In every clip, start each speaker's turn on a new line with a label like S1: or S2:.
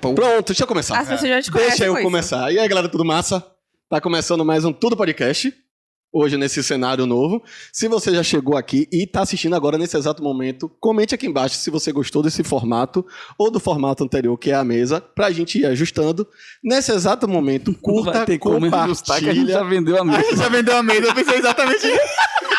S1: Pronto, deixa eu começar.
S2: As pessoas Ah, já te
S1: Tá.
S2: conhecem
S1: É. Deixa eu
S2: com isso.
S1: começar. E aí, galera, tudo massa? Tá começando mais um Tudo Podcast. Hoje, nesse cenário novo. Se você já chegou aqui e tá assistindo agora nesse exato momento, comente aqui embaixo se você gostou desse formato ou do formato anterior, que é a mesa, pra gente ir ajustando. Nesse exato momento, curta,
S3: Vai ter como ajustar que a gente já
S1: compartilha.
S3: vendeu a
S4: A
S3: mesa.
S4: gente já vendeu a mesa, eu pensei exatamente nisso.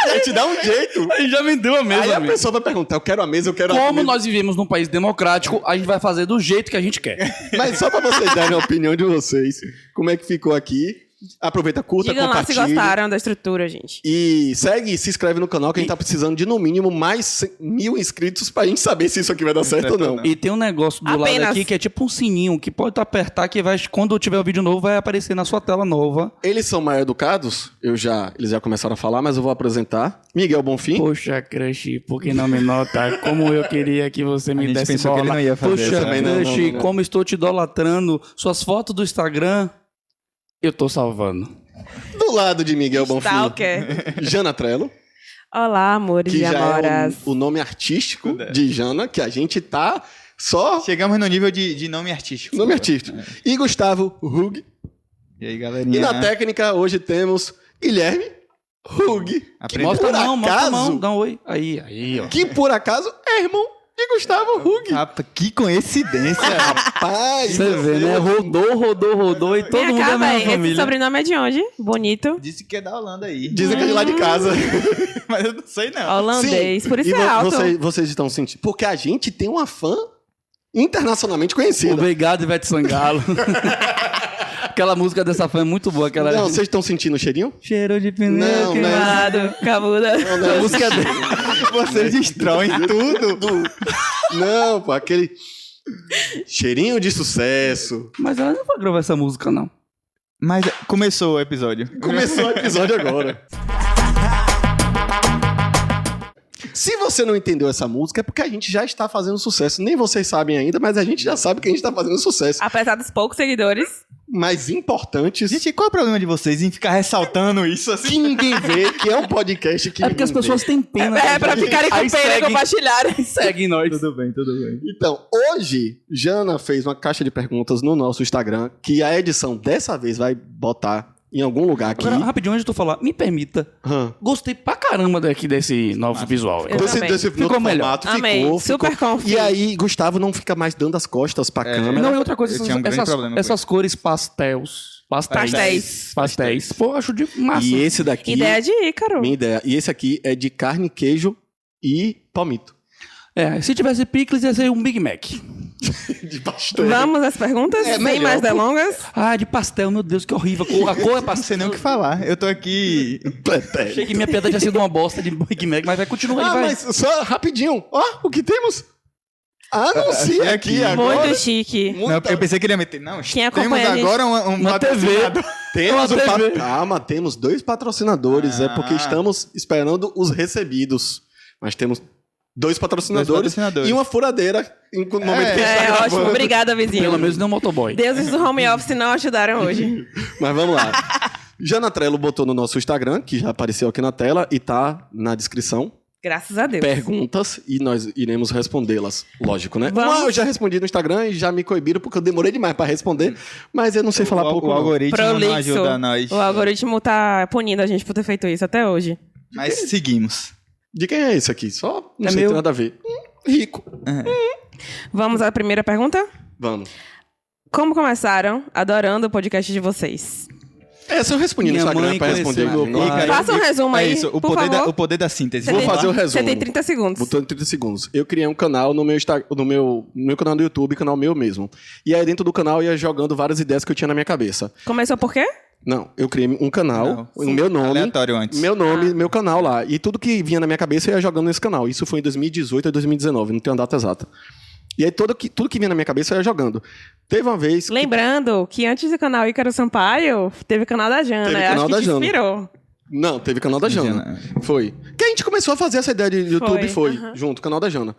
S1: A gente dá um jeito.
S3: A gente já vendeu a
S1: Aí
S3: mesa,
S1: a
S3: É amigo.
S1: pessoa vai perguntar, eu quero a mesa, eu quero a
S3: Como
S1: mesa.
S3: nós vivemos num país democrático, a gente vai fazer do jeito que a gente
S4: É.
S3: quer.
S1: Mas só pra vocês darem a opinião de vocês, como é que ficou aqui. Aproveita, curta,
S2: Digam lá se
S1: compartilha.
S2: gostaram da estrutura, gente.
S1: E segue e se inscreve no canal que a gente tá precisando de no mínimo mais 100 mil inscritos pra gente saber se isso aqui vai dar certo ou não.
S3: E tem um negócio do
S2: Apenas.
S3: lado aqui que é tipo um sininho que pode apertar que vai, quando tiver um vídeo novo vai aparecer na sua tela nova.
S1: Eles são mal educados, eu já, eles já começaram a falar, mas eu vou apresentar. Miguel Bonfim.
S3: Poxa, crush, por que não me nota? Como eu queria que você
S4: A
S3: me
S4: gente
S3: desse
S4: pensou que
S3: bola.
S4: ele não ia fazer
S3: Poxa,
S4: essa,
S1: né?
S3: crush,
S1: Não, não, não, não.
S3: como estou te idolatrando. Suas fotos do Instagram, eu tô salvando.
S1: Do lado de Miguel Bonfim.
S2: Stalker.
S1: Jana Trello,
S2: Olá, amores
S1: que
S2: e
S1: já é
S2: amoras.
S1: o- o, nome artístico de Jana, que a gente tá só
S4: Chegamos no nível de, de nome artístico.
S1: nome artístico. E Gustavo Hug.
S4: E aí,
S1: E
S4: galerinha?
S1: na técnica hoje temos Guilherme Hug.
S4: Aprende-
S1: Que
S3: Mostra a
S1: por
S3: mão, mostra a mão.
S1: acaso,
S3: Dá um oi. Aí, aí, ó.
S1: que por acaso é irmão de Gustavo Hug.
S4: Rapa- que coincidência, rapaz.
S1: Rapaz,
S3: Você vê, né? Rodou, rodou, rodou e todo
S2: Vem
S3: mundo é
S2: cá,
S3: a mesma
S2: véi. Esse
S3: família.
S2: sobrenome é de onde? Bonito.
S4: Disse que é da Holanda aí.
S1: Dizem que é de lá de casa.
S4: é? Mas eu não sei, não.
S2: Holandês. Hum, Por isso
S1: e vo-
S2: é alto.
S1: vocês- vocês estão sentindo. Porque a gente tem uma fã internacionalmente conhecida.
S3: Obrigado, Ivete Sangalo. aquela música dessa fã é muito boa, aquela.
S1: Não, vocês estão sentindo o cheirinho?
S3: Cheiro de pneu
S1: Não, né?
S3: queimado.
S2: Queimado, cabuda.
S3: A
S1: é
S3: música dele.
S4: Vocês destroem tudo.
S1: Não, pô, aquele. Cheirinho de sucesso.
S3: Mas ela não vai gravar essa música, não.
S4: Mas começou o episódio.
S1: Começou o episódio agora. Se você não entendeu essa música, é porque a gente já está fazendo sucesso. Nem vocês sabem ainda, mas a gente já sabe que a gente está fazendo sucesso.
S2: Apesar dos poucos seguidores.
S1: Mas importantes
S4: Gente, qual é o problema de vocês em ficar ressaltando isso assim?
S1: que ninguém vê, que é um podcast que
S3: É porque as
S1: ninguém vê.
S3: pessoas têm
S2: É,
S3: pena.
S2: é pra ficarem com
S3: Aí
S2: pena e
S3: segue-
S2: compartilharem.
S3: Seguem nós.
S4: Tudo bem, tudo bem.
S1: Então, hoje, Jana fez uma caixa de perguntas no nosso Instagram, que a edição dessa vez vai botar em algum lugar aqui.
S3: Agora, rapidinho, antes de tu falar, me permita.
S1: Hã.
S3: Gostei pra caramba daqui desse novo visual.
S2: Eu
S1: Desse,
S2: também.
S1: desse
S3: Ficou
S1: novo
S3: melhor.
S1: formato,
S2: Amei.
S1: ficou, ficou.
S2: Super confi.
S1: E aí, Gustavo não fica mais dando as costas pra
S4: É.
S1: câmera.
S3: Não, e outra coisa,
S4: Eu
S3: essas,
S4: tinha um grande
S3: essas-
S4: problema com
S3: essas cores pastels. Pastéis.
S2: Pastéis.
S3: Pastéis. Pô, eu acho de massa.
S1: E esse daqui,
S2: Ideia de Ícaro.
S1: minha ideia, e esse aqui é de carne, queijo e palmito.
S3: É, se tivesse picles, ia ser um Big Mac.
S1: De pastor.
S2: Vamos às perguntas?
S1: É,
S2: Sem
S1: melhor.
S2: mais delongas.
S3: Ah, de pastel, meu Deus, que horrível. A cor é
S4: Não
S3: pastel.
S4: sei nem o que falar. Eu tô aqui.
S3: Achei que minha piada tinha sido uma bosta de Big Mac, mas vai continuar aí,
S1: Ah,
S3: vai.
S1: mas só rapidinho. Ó, o que temos? Anuncia
S4: É
S1: aqui
S4: aqui.
S1: agora.
S2: Muito chique.
S4: Não, eu pensei que ele ia meter. Não,
S2: Quem
S4: temos
S2: acompanha a gente-
S4: agora um, um
S3: Uma TV.
S4: patrocinador.
S1: Temos
S3: Uma
S1: um pa-
S3: TV.
S1: Calma, temos dois patrocinadores. É porque
S4: Ah.
S1: estamos esperando os recebidos. Mas temos dois
S4: Dois
S1: patrocinadores,
S4: patrocinadores.
S1: e uma furadeira em- no momento que a gente tá
S2: É
S1: gravando.
S2: ótimo. Obrigada, vizinho.
S3: Pelo menos não motoboy.
S2: Deuses do home office não ajudaram hoje.
S1: Mas vamos lá. Jana Trello botou no nosso Instagram, que já apareceu aqui na tela e tá na descrição,
S2: Graças a Deus.
S1: perguntas e nós iremos respondê-las. Lógico, né?
S2: Vamos.
S1: Uma eu já respondi no Instagram e já me coibiram porque eu demorei demais pra responder, mas eu não sei falar
S4: Hum. o,
S1: pouco.
S4: o
S1: não.
S4: algoritmo
S2: Prolixo.
S4: não ajuda nós.
S2: O algoritmo tá punindo a gente por ter feito isso até hoje.
S4: Mas seguimos.
S1: De quem é esse aqui? Só não
S3: É
S1: sei,
S3: meu.
S1: tem nada a ver. Hum, rico.
S2: Vamos à primeira pergunta?
S1: Vamos.
S2: Como começaram adorando o podcast de vocês?
S1: Essa É, eu respondi
S3: Minha
S1: no Instagram
S3: mãe
S1: pra responder.
S3: conheceu
S1: Meu
S3: a
S1: pai.
S3: minha.
S2: Faça um
S4: E-
S2: resumo
S4: é
S2: aí,
S4: isso, o
S2: por
S4: poder, da,
S2: favor.
S4: o poder da síntese. um
S2: Você
S1: Vou
S2: tem-
S1: fazer o resumo.
S2: Você tem 30 segundos.
S1: Botando em 30 segundos. Eu criei um canal no meu, Insta- no meu, no meu canal do YouTube, canal meu mesmo. E aí dentro do canal eu ia jogando várias ideias que eu tinha na minha cabeça.
S2: Começou por quê?
S1: Não, eu criei um canal,
S4: Não,
S1: o meu nome,
S4: Aleatório antes.
S1: meu nome,
S2: Ah.
S1: meu canal lá. E tudo que vinha na minha cabeça eu ia jogando nesse canal. Isso foi em 2018 a 2019, não tenho a data exata. E aí tudo que, tudo que vinha na minha cabeça eu ia jogando. Teve uma vez... que-
S2: Lembrando que antes do canal Ícaro Sampaio, teve o canal da Jana.
S1: Teve o
S2: Eu
S1: canal
S2: acho que
S1: da
S2: te
S1: Jana.
S2: inspirou.
S1: Não, teve canal da Jana. Foi. Que a gente começou a fazer essa ideia de YouTube, foi.
S2: Aham.
S1: Junto, canal da Jana.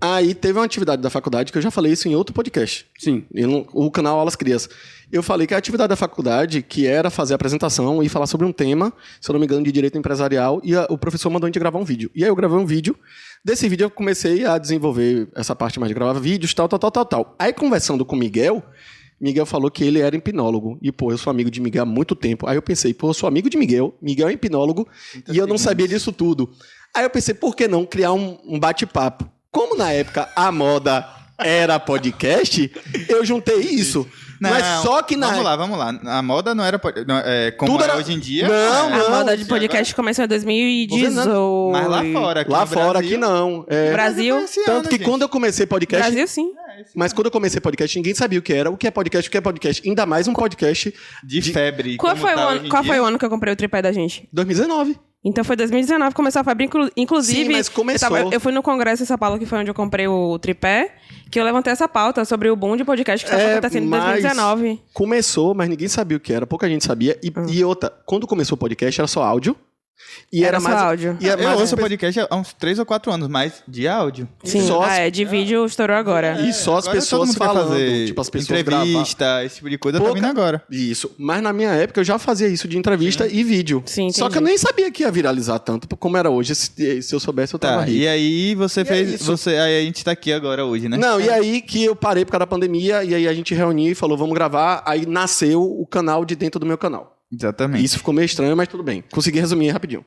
S1: Aí teve uma atividade da faculdade, que eu já falei isso em outro podcast.
S3: Sim.
S1: E no- o canal Aulas Crias. Eu falei que a atividade da faculdade, que era fazer apresentação e falar sobre um tema, se eu não me engano, de direito empresarial, e a- o professor mandou a gente gravar um vídeo. E aí eu gravei um vídeo. Desse vídeo eu comecei a desenvolver essa parte mais de gravar vídeos, tal, tal, tal, tal, tal. Aí conversando com o Miguel, Miguel falou que ele era hipnólogo. E, pô, eu sou amigo de Miguel há muito tempo. Aí eu pensei, pô, eu sou amigo de Miguel, Miguel é hipnólogo, e eu não sabia disso tudo. Aí eu pensei, por que não criar um, um bate-papo? Como na época a moda era podcast, eu juntei isso.
S4: Não,
S1: Mas é só que na.
S4: Vamos lá, vamos lá. A moda não era. pod- Não, é, como
S1: Tudo
S4: é
S1: era-
S4: hoje em dia.
S1: Não,
S4: é.
S2: A moda de
S4: Agora-
S2: podcast começou em 2018.
S4: Mas lá fora. Aqui
S1: Lá
S4: no
S1: fora
S4: Brasil-
S1: aqui não. É,
S2: Brasil.
S4: Mas é esse
S1: tanto
S4: ano,
S1: que
S4: gente.
S1: quando eu comecei podcast.
S2: Brasil sim.
S1: Mas quando eu comecei podcast, ninguém sabia o que era, o que é podcast, o que é podcast. Ainda mais um podcast
S4: De, febre.
S2: Qual,
S4: como
S2: foi,
S4: tá
S2: o
S4: hoje
S2: ano,
S4: em
S2: qual
S4: dia.
S2: foi o ano que eu comprei o tripé da gente?
S1: 2019.
S2: Então foi 2019 que começou a febre, inclu- inclusive.
S1: Sim, mas
S2: eu,
S1: começou.
S2: tava- eu fui no congresso em São Paulo, que foi onde eu comprei o tripé, que eu levantei essa pauta sobre o boom de podcast que estava
S1: É,
S2: acontecendo em
S1: mas-
S2: 2019.
S1: Começou, mas ninguém sabia o que era, pouca gente sabia. E,
S2: Ah.
S1: e outra, quando começou o podcast, era só áudio. E era,
S2: Era só
S1: mais.
S2: áudio.
S1: E é era
S4: eu
S1: mais um
S4: ouço podcast há uns 3 ou 4 anos, mas de áudio.
S2: Sim,
S1: só
S2: ah, é, de vídeo estourou agora.
S1: E É, só as
S4: Agora todo
S1: pessoas
S4: mundo quer
S1: falando.
S4: fazer
S1: tipo, as pessoas gravar.
S4: Entrevista, esse tipo de coisa,
S1: Pouca-
S4: tá vindo agora.
S1: Isso. Mas na minha época eu já fazia isso de entrevista e vídeo.
S2: Sim,
S1: Só que eu
S2: entendi.
S1: nem sabia que ia viralizar tanto como era hoje. Se, se eu soubesse, eu tava
S4: Tá,
S1: rico.
S4: e aí você
S1: E é
S4: fez.
S1: isso.
S4: você, aí a gente tá aqui agora hoje, né?
S1: Não, e
S2: É.
S1: aí que eu parei por causa da pandemia, e aí a gente reuniu e falou, vamos gravar. Aí nasceu o canal de dentro do meu canal.
S4: Exatamente.
S1: Isso ficou meio estranho, mas tudo bem. Consegui resumir rapidinho.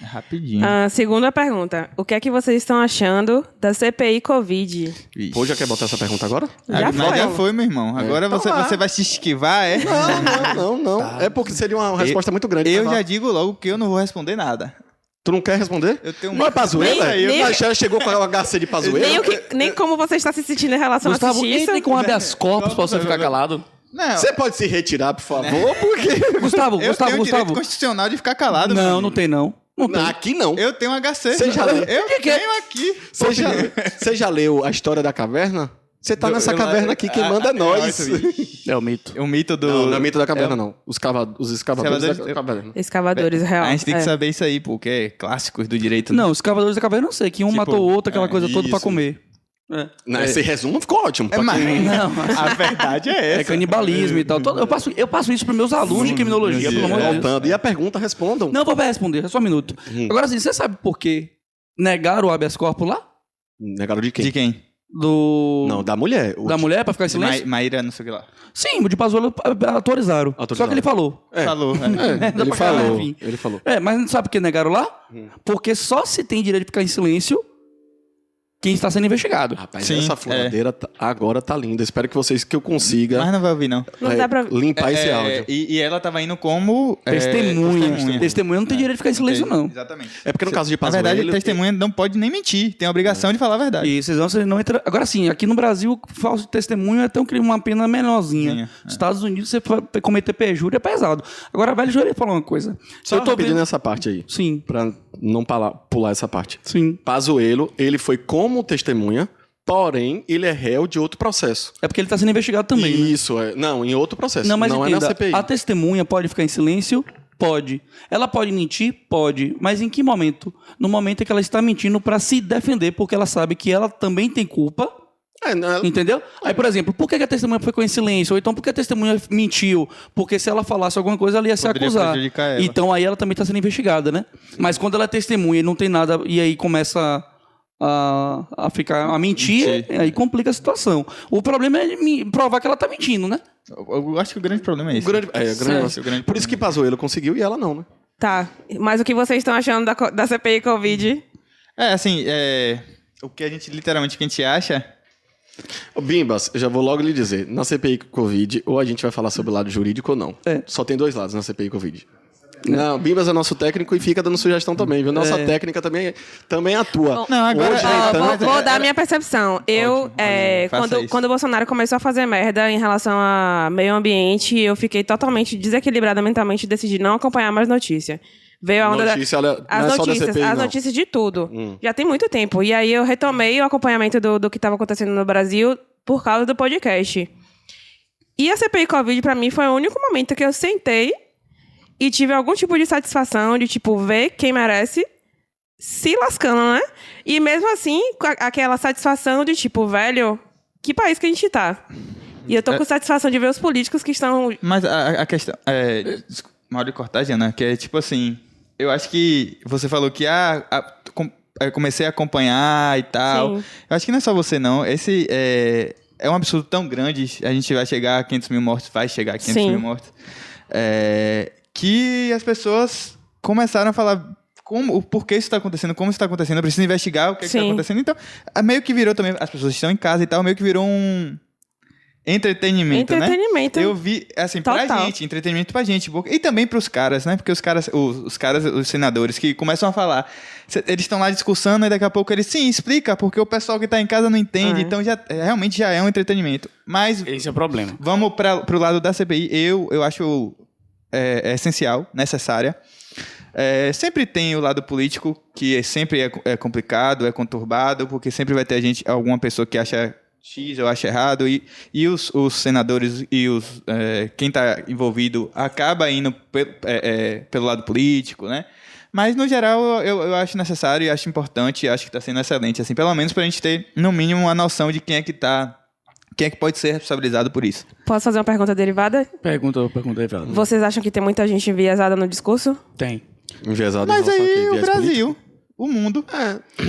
S4: Rapidinho.
S2: Ah, segunda pergunta. O que é que vocês estão achando da CPI Covid?
S4: Vixe.
S1: Pô, já quer botar essa pergunta agora?
S2: Já
S4: Ah, mas
S2: foi. É.
S4: já foi, meu irmão. Agora
S1: Então
S4: você,
S1: vá.
S4: você vai se esquivar, é?
S1: Não, não, não, não. É porque seria uma resposta muito grande.
S4: Eu
S1: Tá
S4: já
S1: bom.
S4: digo logo que eu não vou responder nada.
S1: Tu não quer responder?
S4: Eu tenho
S1: Não é pazuela?
S2: Nem- nem-
S1: O Machado chegou com a HC de pazuela?
S2: Nem, o que-
S1: é.
S2: nem como você está se sentindo em relação
S3: Gustavo,
S2: à justiça.
S3: entre com habeas corpus pra você
S4: Não, não,
S3: ficar
S4: não.
S3: calado.
S4: Não,
S1: Você pode se retirar, por favor, porque...
S3: é Gustavo,
S4: eu
S3: Gustavo,
S4: tenho o direito
S3: Gustavo.
S4: constitucional de ficar calado. meu
S3: Não,
S4: amigo.
S3: não tem não. Não tem.
S1: Aqui não.
S4: Eu tenho HC.
S1: Você já leu?
S4: Eu
S3: que é?
S4: tenho aqui.
S1: Você já, você já leu a história da caverna? Você tá
S4: Eu-
S1: nessa
S4: eu-
S1: caverna aqui, quem
S4: ah,
S1: manda é
S4: ah,
S1: nós.
S4: vixe.
S3: É o mito.
S4: O mito do...
S1: Não, não é mito da caverna, não. Os, cava, os escavadores
S4: Escavadores-
S1: da caverna.
S2: Escavadores, real.
S4: A gente tem que
S2: é.
S4: saber isso aí, porque é clássicos do direito. né?
S3: Não, os cavaleiros da caverna eu sei, que um
S4: Tipo,
S3: matou o outro, aquela
S4: é,
S3: coisa toda pra
S1: isso.
S3: comer. É.
S1: Não, Esse resumo ficou ótimo.
S4: É,
S1: pra
S4: mas...
S1: quem- tá
S3: Não,
S4: A verdade é essa.
S3: é canibalismo e tal. Todo- Eu passo, eu passo isso pros meus alunos de criminologia,
S4: Hum,
S3: pelo amor de Deus.
S1: Voltando. E a pergunta, respondam.
S3: Não, vou responder, é só um minuto.
S1: Hum.
S3: Agora sim, você sabe por que negaram o habeas corpus lá?
S1: Negaram Hum, de quem?
S4: De quem?
S3: Do...
S1: Não, da mulher. O-
S3: da mulher pra ficar em
S4: De
S3: silêncio?
S4: Ma Maíra, não sei o que lá.
S3: Sim, o de Pazuello ah, autorizaram. Só
S1: Autorizaram.
S3: que ele falou.
S1: É.
S4: Falou. é.
S1: É,
S3: Dá
S1: ele falou.
S3: pra caralho, enfim.
S1: Ele falou.
S3: É, mas não sabe por que negaram lá?
S1: Hum.
S3: Porque só se tem direito de ficar em silêncio quem está sendo investigado.
S1: Rapaz,
S4: Sim,
S1: essa furadeira tá- agora tá linda. Espero que vocês que eu consiga
S4: Mas não vai ouvir, não.
S2: Não
S1: é,
S2: dá pra-
S1: limpar esse
S4: É,
S1: áudio.
S4: E, e ela tava indo como... é,
S3: testemunha. testemunha. não tem
S4: É.
S3: direito de ficar em silêncio,
S4: Entendi.
S3: não.
S4: Exatamente.
S1: É porque no caso de
S4: Na
S1: Pazuello...
S4: verdade,
S1: ele-
S4: testemunha não pode nem mentir. Tem a obrigação de falar a verdade.
S3: E vocês não, vocês não entram. Agora sim, aqui no Brasil, falso testemunho é tão crime, uma pena menorzinha.
S4: Sim, é.
S3: Nos Estados Unidos, você fa- cometer perjúrio é pesado. Agora, velho, deixa eu lhe falar uma coisa.
S1: Só né?
S3: eu tô
S1: pedindo
S3: vendo.
S1: essa parte aí.
S3: Sim,
S1: Pra não pala- pular essa parte.
S3: sim.
S1: Pazuello, ele foi como testemunha, porém, ele é réu de outro processo.
S3: É porque ele está sendo investigado também. né?
S1: Isso, é. Não, em outro processo.
S3: Não, mas
S1: é na
S3: entenda,
S1: CPI.
S3: a testemunha pode ficar em silêncio? Pode. Ela pode mentir? Pode. Mas em que momento? No momento em que ela está mentindo para se defender, porque ela sabe que ela também tem culpa,
S1: É, não,
S3: entendeu? Aí, por exemplo, por que que a testemunha ficou em silêncio? Ou então, por que a testemunha mentiu? Porque se ela falasse alguma coisa, ela ia se
S4: Poderia
S3: acusar.
S4: prejudicar ela.
S3: Então, aí ela também está sendo investigada, né? Mas quando ela é testemunha e não tem nada, e aí começa... A, a ficar a mentir,
S4: Mentir.
S3: aí complica a situação. O problema é me- provar que ela tá mentindo, né?
S4: Eu, eu acho que o grande problema é
S1: o
S4: esse.
S1: grande, é, o grande
S4: Sim.
S1: negócio.
S4: O grande
S1: Por isso que Pazuello conseguiu e ela não, né?
S2: Tá. Mas o que vocês estão achando da, co- da CPI Covid?
S4: É, assim, é... O que a gente, literalmente, o que a gente acha...
S1: Ô, Bimbas, eu já vou logo lhe dizer, na CPI Covid, ou a gente vai falar sobre o lado jurídico ou não.
S3: É.
S1: Só tem dois lados na CPI Covid. Não, Bimbas é nosso técnico e fica dando sugestão também, viu? Nossa técnica também, também atua.
S4: Não, agora-
S1: Hoje,
S2: Ó,
S1: então,
S2: vou,
S4: mas
S2: vou
S4: é-
S2: dar a minha percepção. Eu, é,
S4: vai, faça
S2: quando,
S4: isso.
S2: quando o Bolsonaro começou a fazer merda em relação a meio ambiente, eu fiquei totalmente desequilibrada mentalmente e decidi não acompanhar mais notícia. Veio a onda da-
S1: notícia, olha, não é
S2: As
S1: só da
S2: notícias,
S1: CPI,
S2: as
S1: não.
S2: notícias de tudo.
S1: Hum.
S2: Já tem muito tempo. E aí eu retomei o acompanhamento do, do que estava acontecendo no Brasil por causa do podcast. E a CPI Covid, pra mim, foi o único momento que eu sentei e tive algum tipo de satisfação de, tipo, ver quem merece se lascando, né? E mesmo assim, com a- aquela satisfação de tipo, velho, que país que a gente tá? E eu tô
S1: É.
S2: com satisfação de ver os políticos que estão.
S4: Mas a, a questão. É, descu- mal de cortar, Jana, que é tipo assim. Eu acho que você falou que ah, a- com- é, comecei a acompanhar e tal.
S2: Sim.
S4: Eu acho que não é só você, não. Esse é, é um absurdo tão grande. A gente vai chegar a 500 mil mortos, vai chegar a 500
S2: Sim.
S4: mil mortos. É, que as pessoas começaram a falar. Como, o porquê isso está acontecendo, como isso está acontecendo, eu preciso investigar o que está
S2: Sim.
S4: acontecendo. Então, a- meio que virou também, as pessoas estão em casa e tal, meio que virou um entretenimento, né?
S2: Entretenimento.
S4: Eu vi, assim, pra
S2: Total.
S4: gente, entretenimento pra gente. boca- E também pros caras, né? Porque os caras, os, os caras, os senadores que começam a falar, cê- eles estão lá discussando e daqui a pouco eles, sim, explica, porque o pessoal que tá em casa não entende.
S2: É.
S4: Então já, é, realmente já é um entretenimento. Mas
S3: Esse é o problema.
S4: vamos pra, pro lado da CPI. Eu, eu acho é, é essencial, necessária. É, sempre tem o lado político, que é, sempre é, co- é complicado, é conturbado, porque sempre vai ter gente, alguma pessoa que acha X ou acha errado, e, e os, os senadores e os, é, quem está envolvido acaba indo pe- é, é, pelo lado político, né? Mas, no geral, eu, eu acho necessário e acho importante, e acho que está sendo excelente, assim, pelo menos para a gente ter, no mínimo, uma noção de quem é que tá, quem é que pode ser responsabilizado por isso.
S2: Posso fazer uma pergunta derivada?
S3: Pergunta, pergunta aí pra ela.
S2: Vocês acham que tem muita gente enviesada no discurso?
S3: Tem.
S1: Enviesado em
S4: Mas
S1: relação a
S4: aí
S1: quê?
S4: o
S1: Viés
S4: Brasil, o mundo,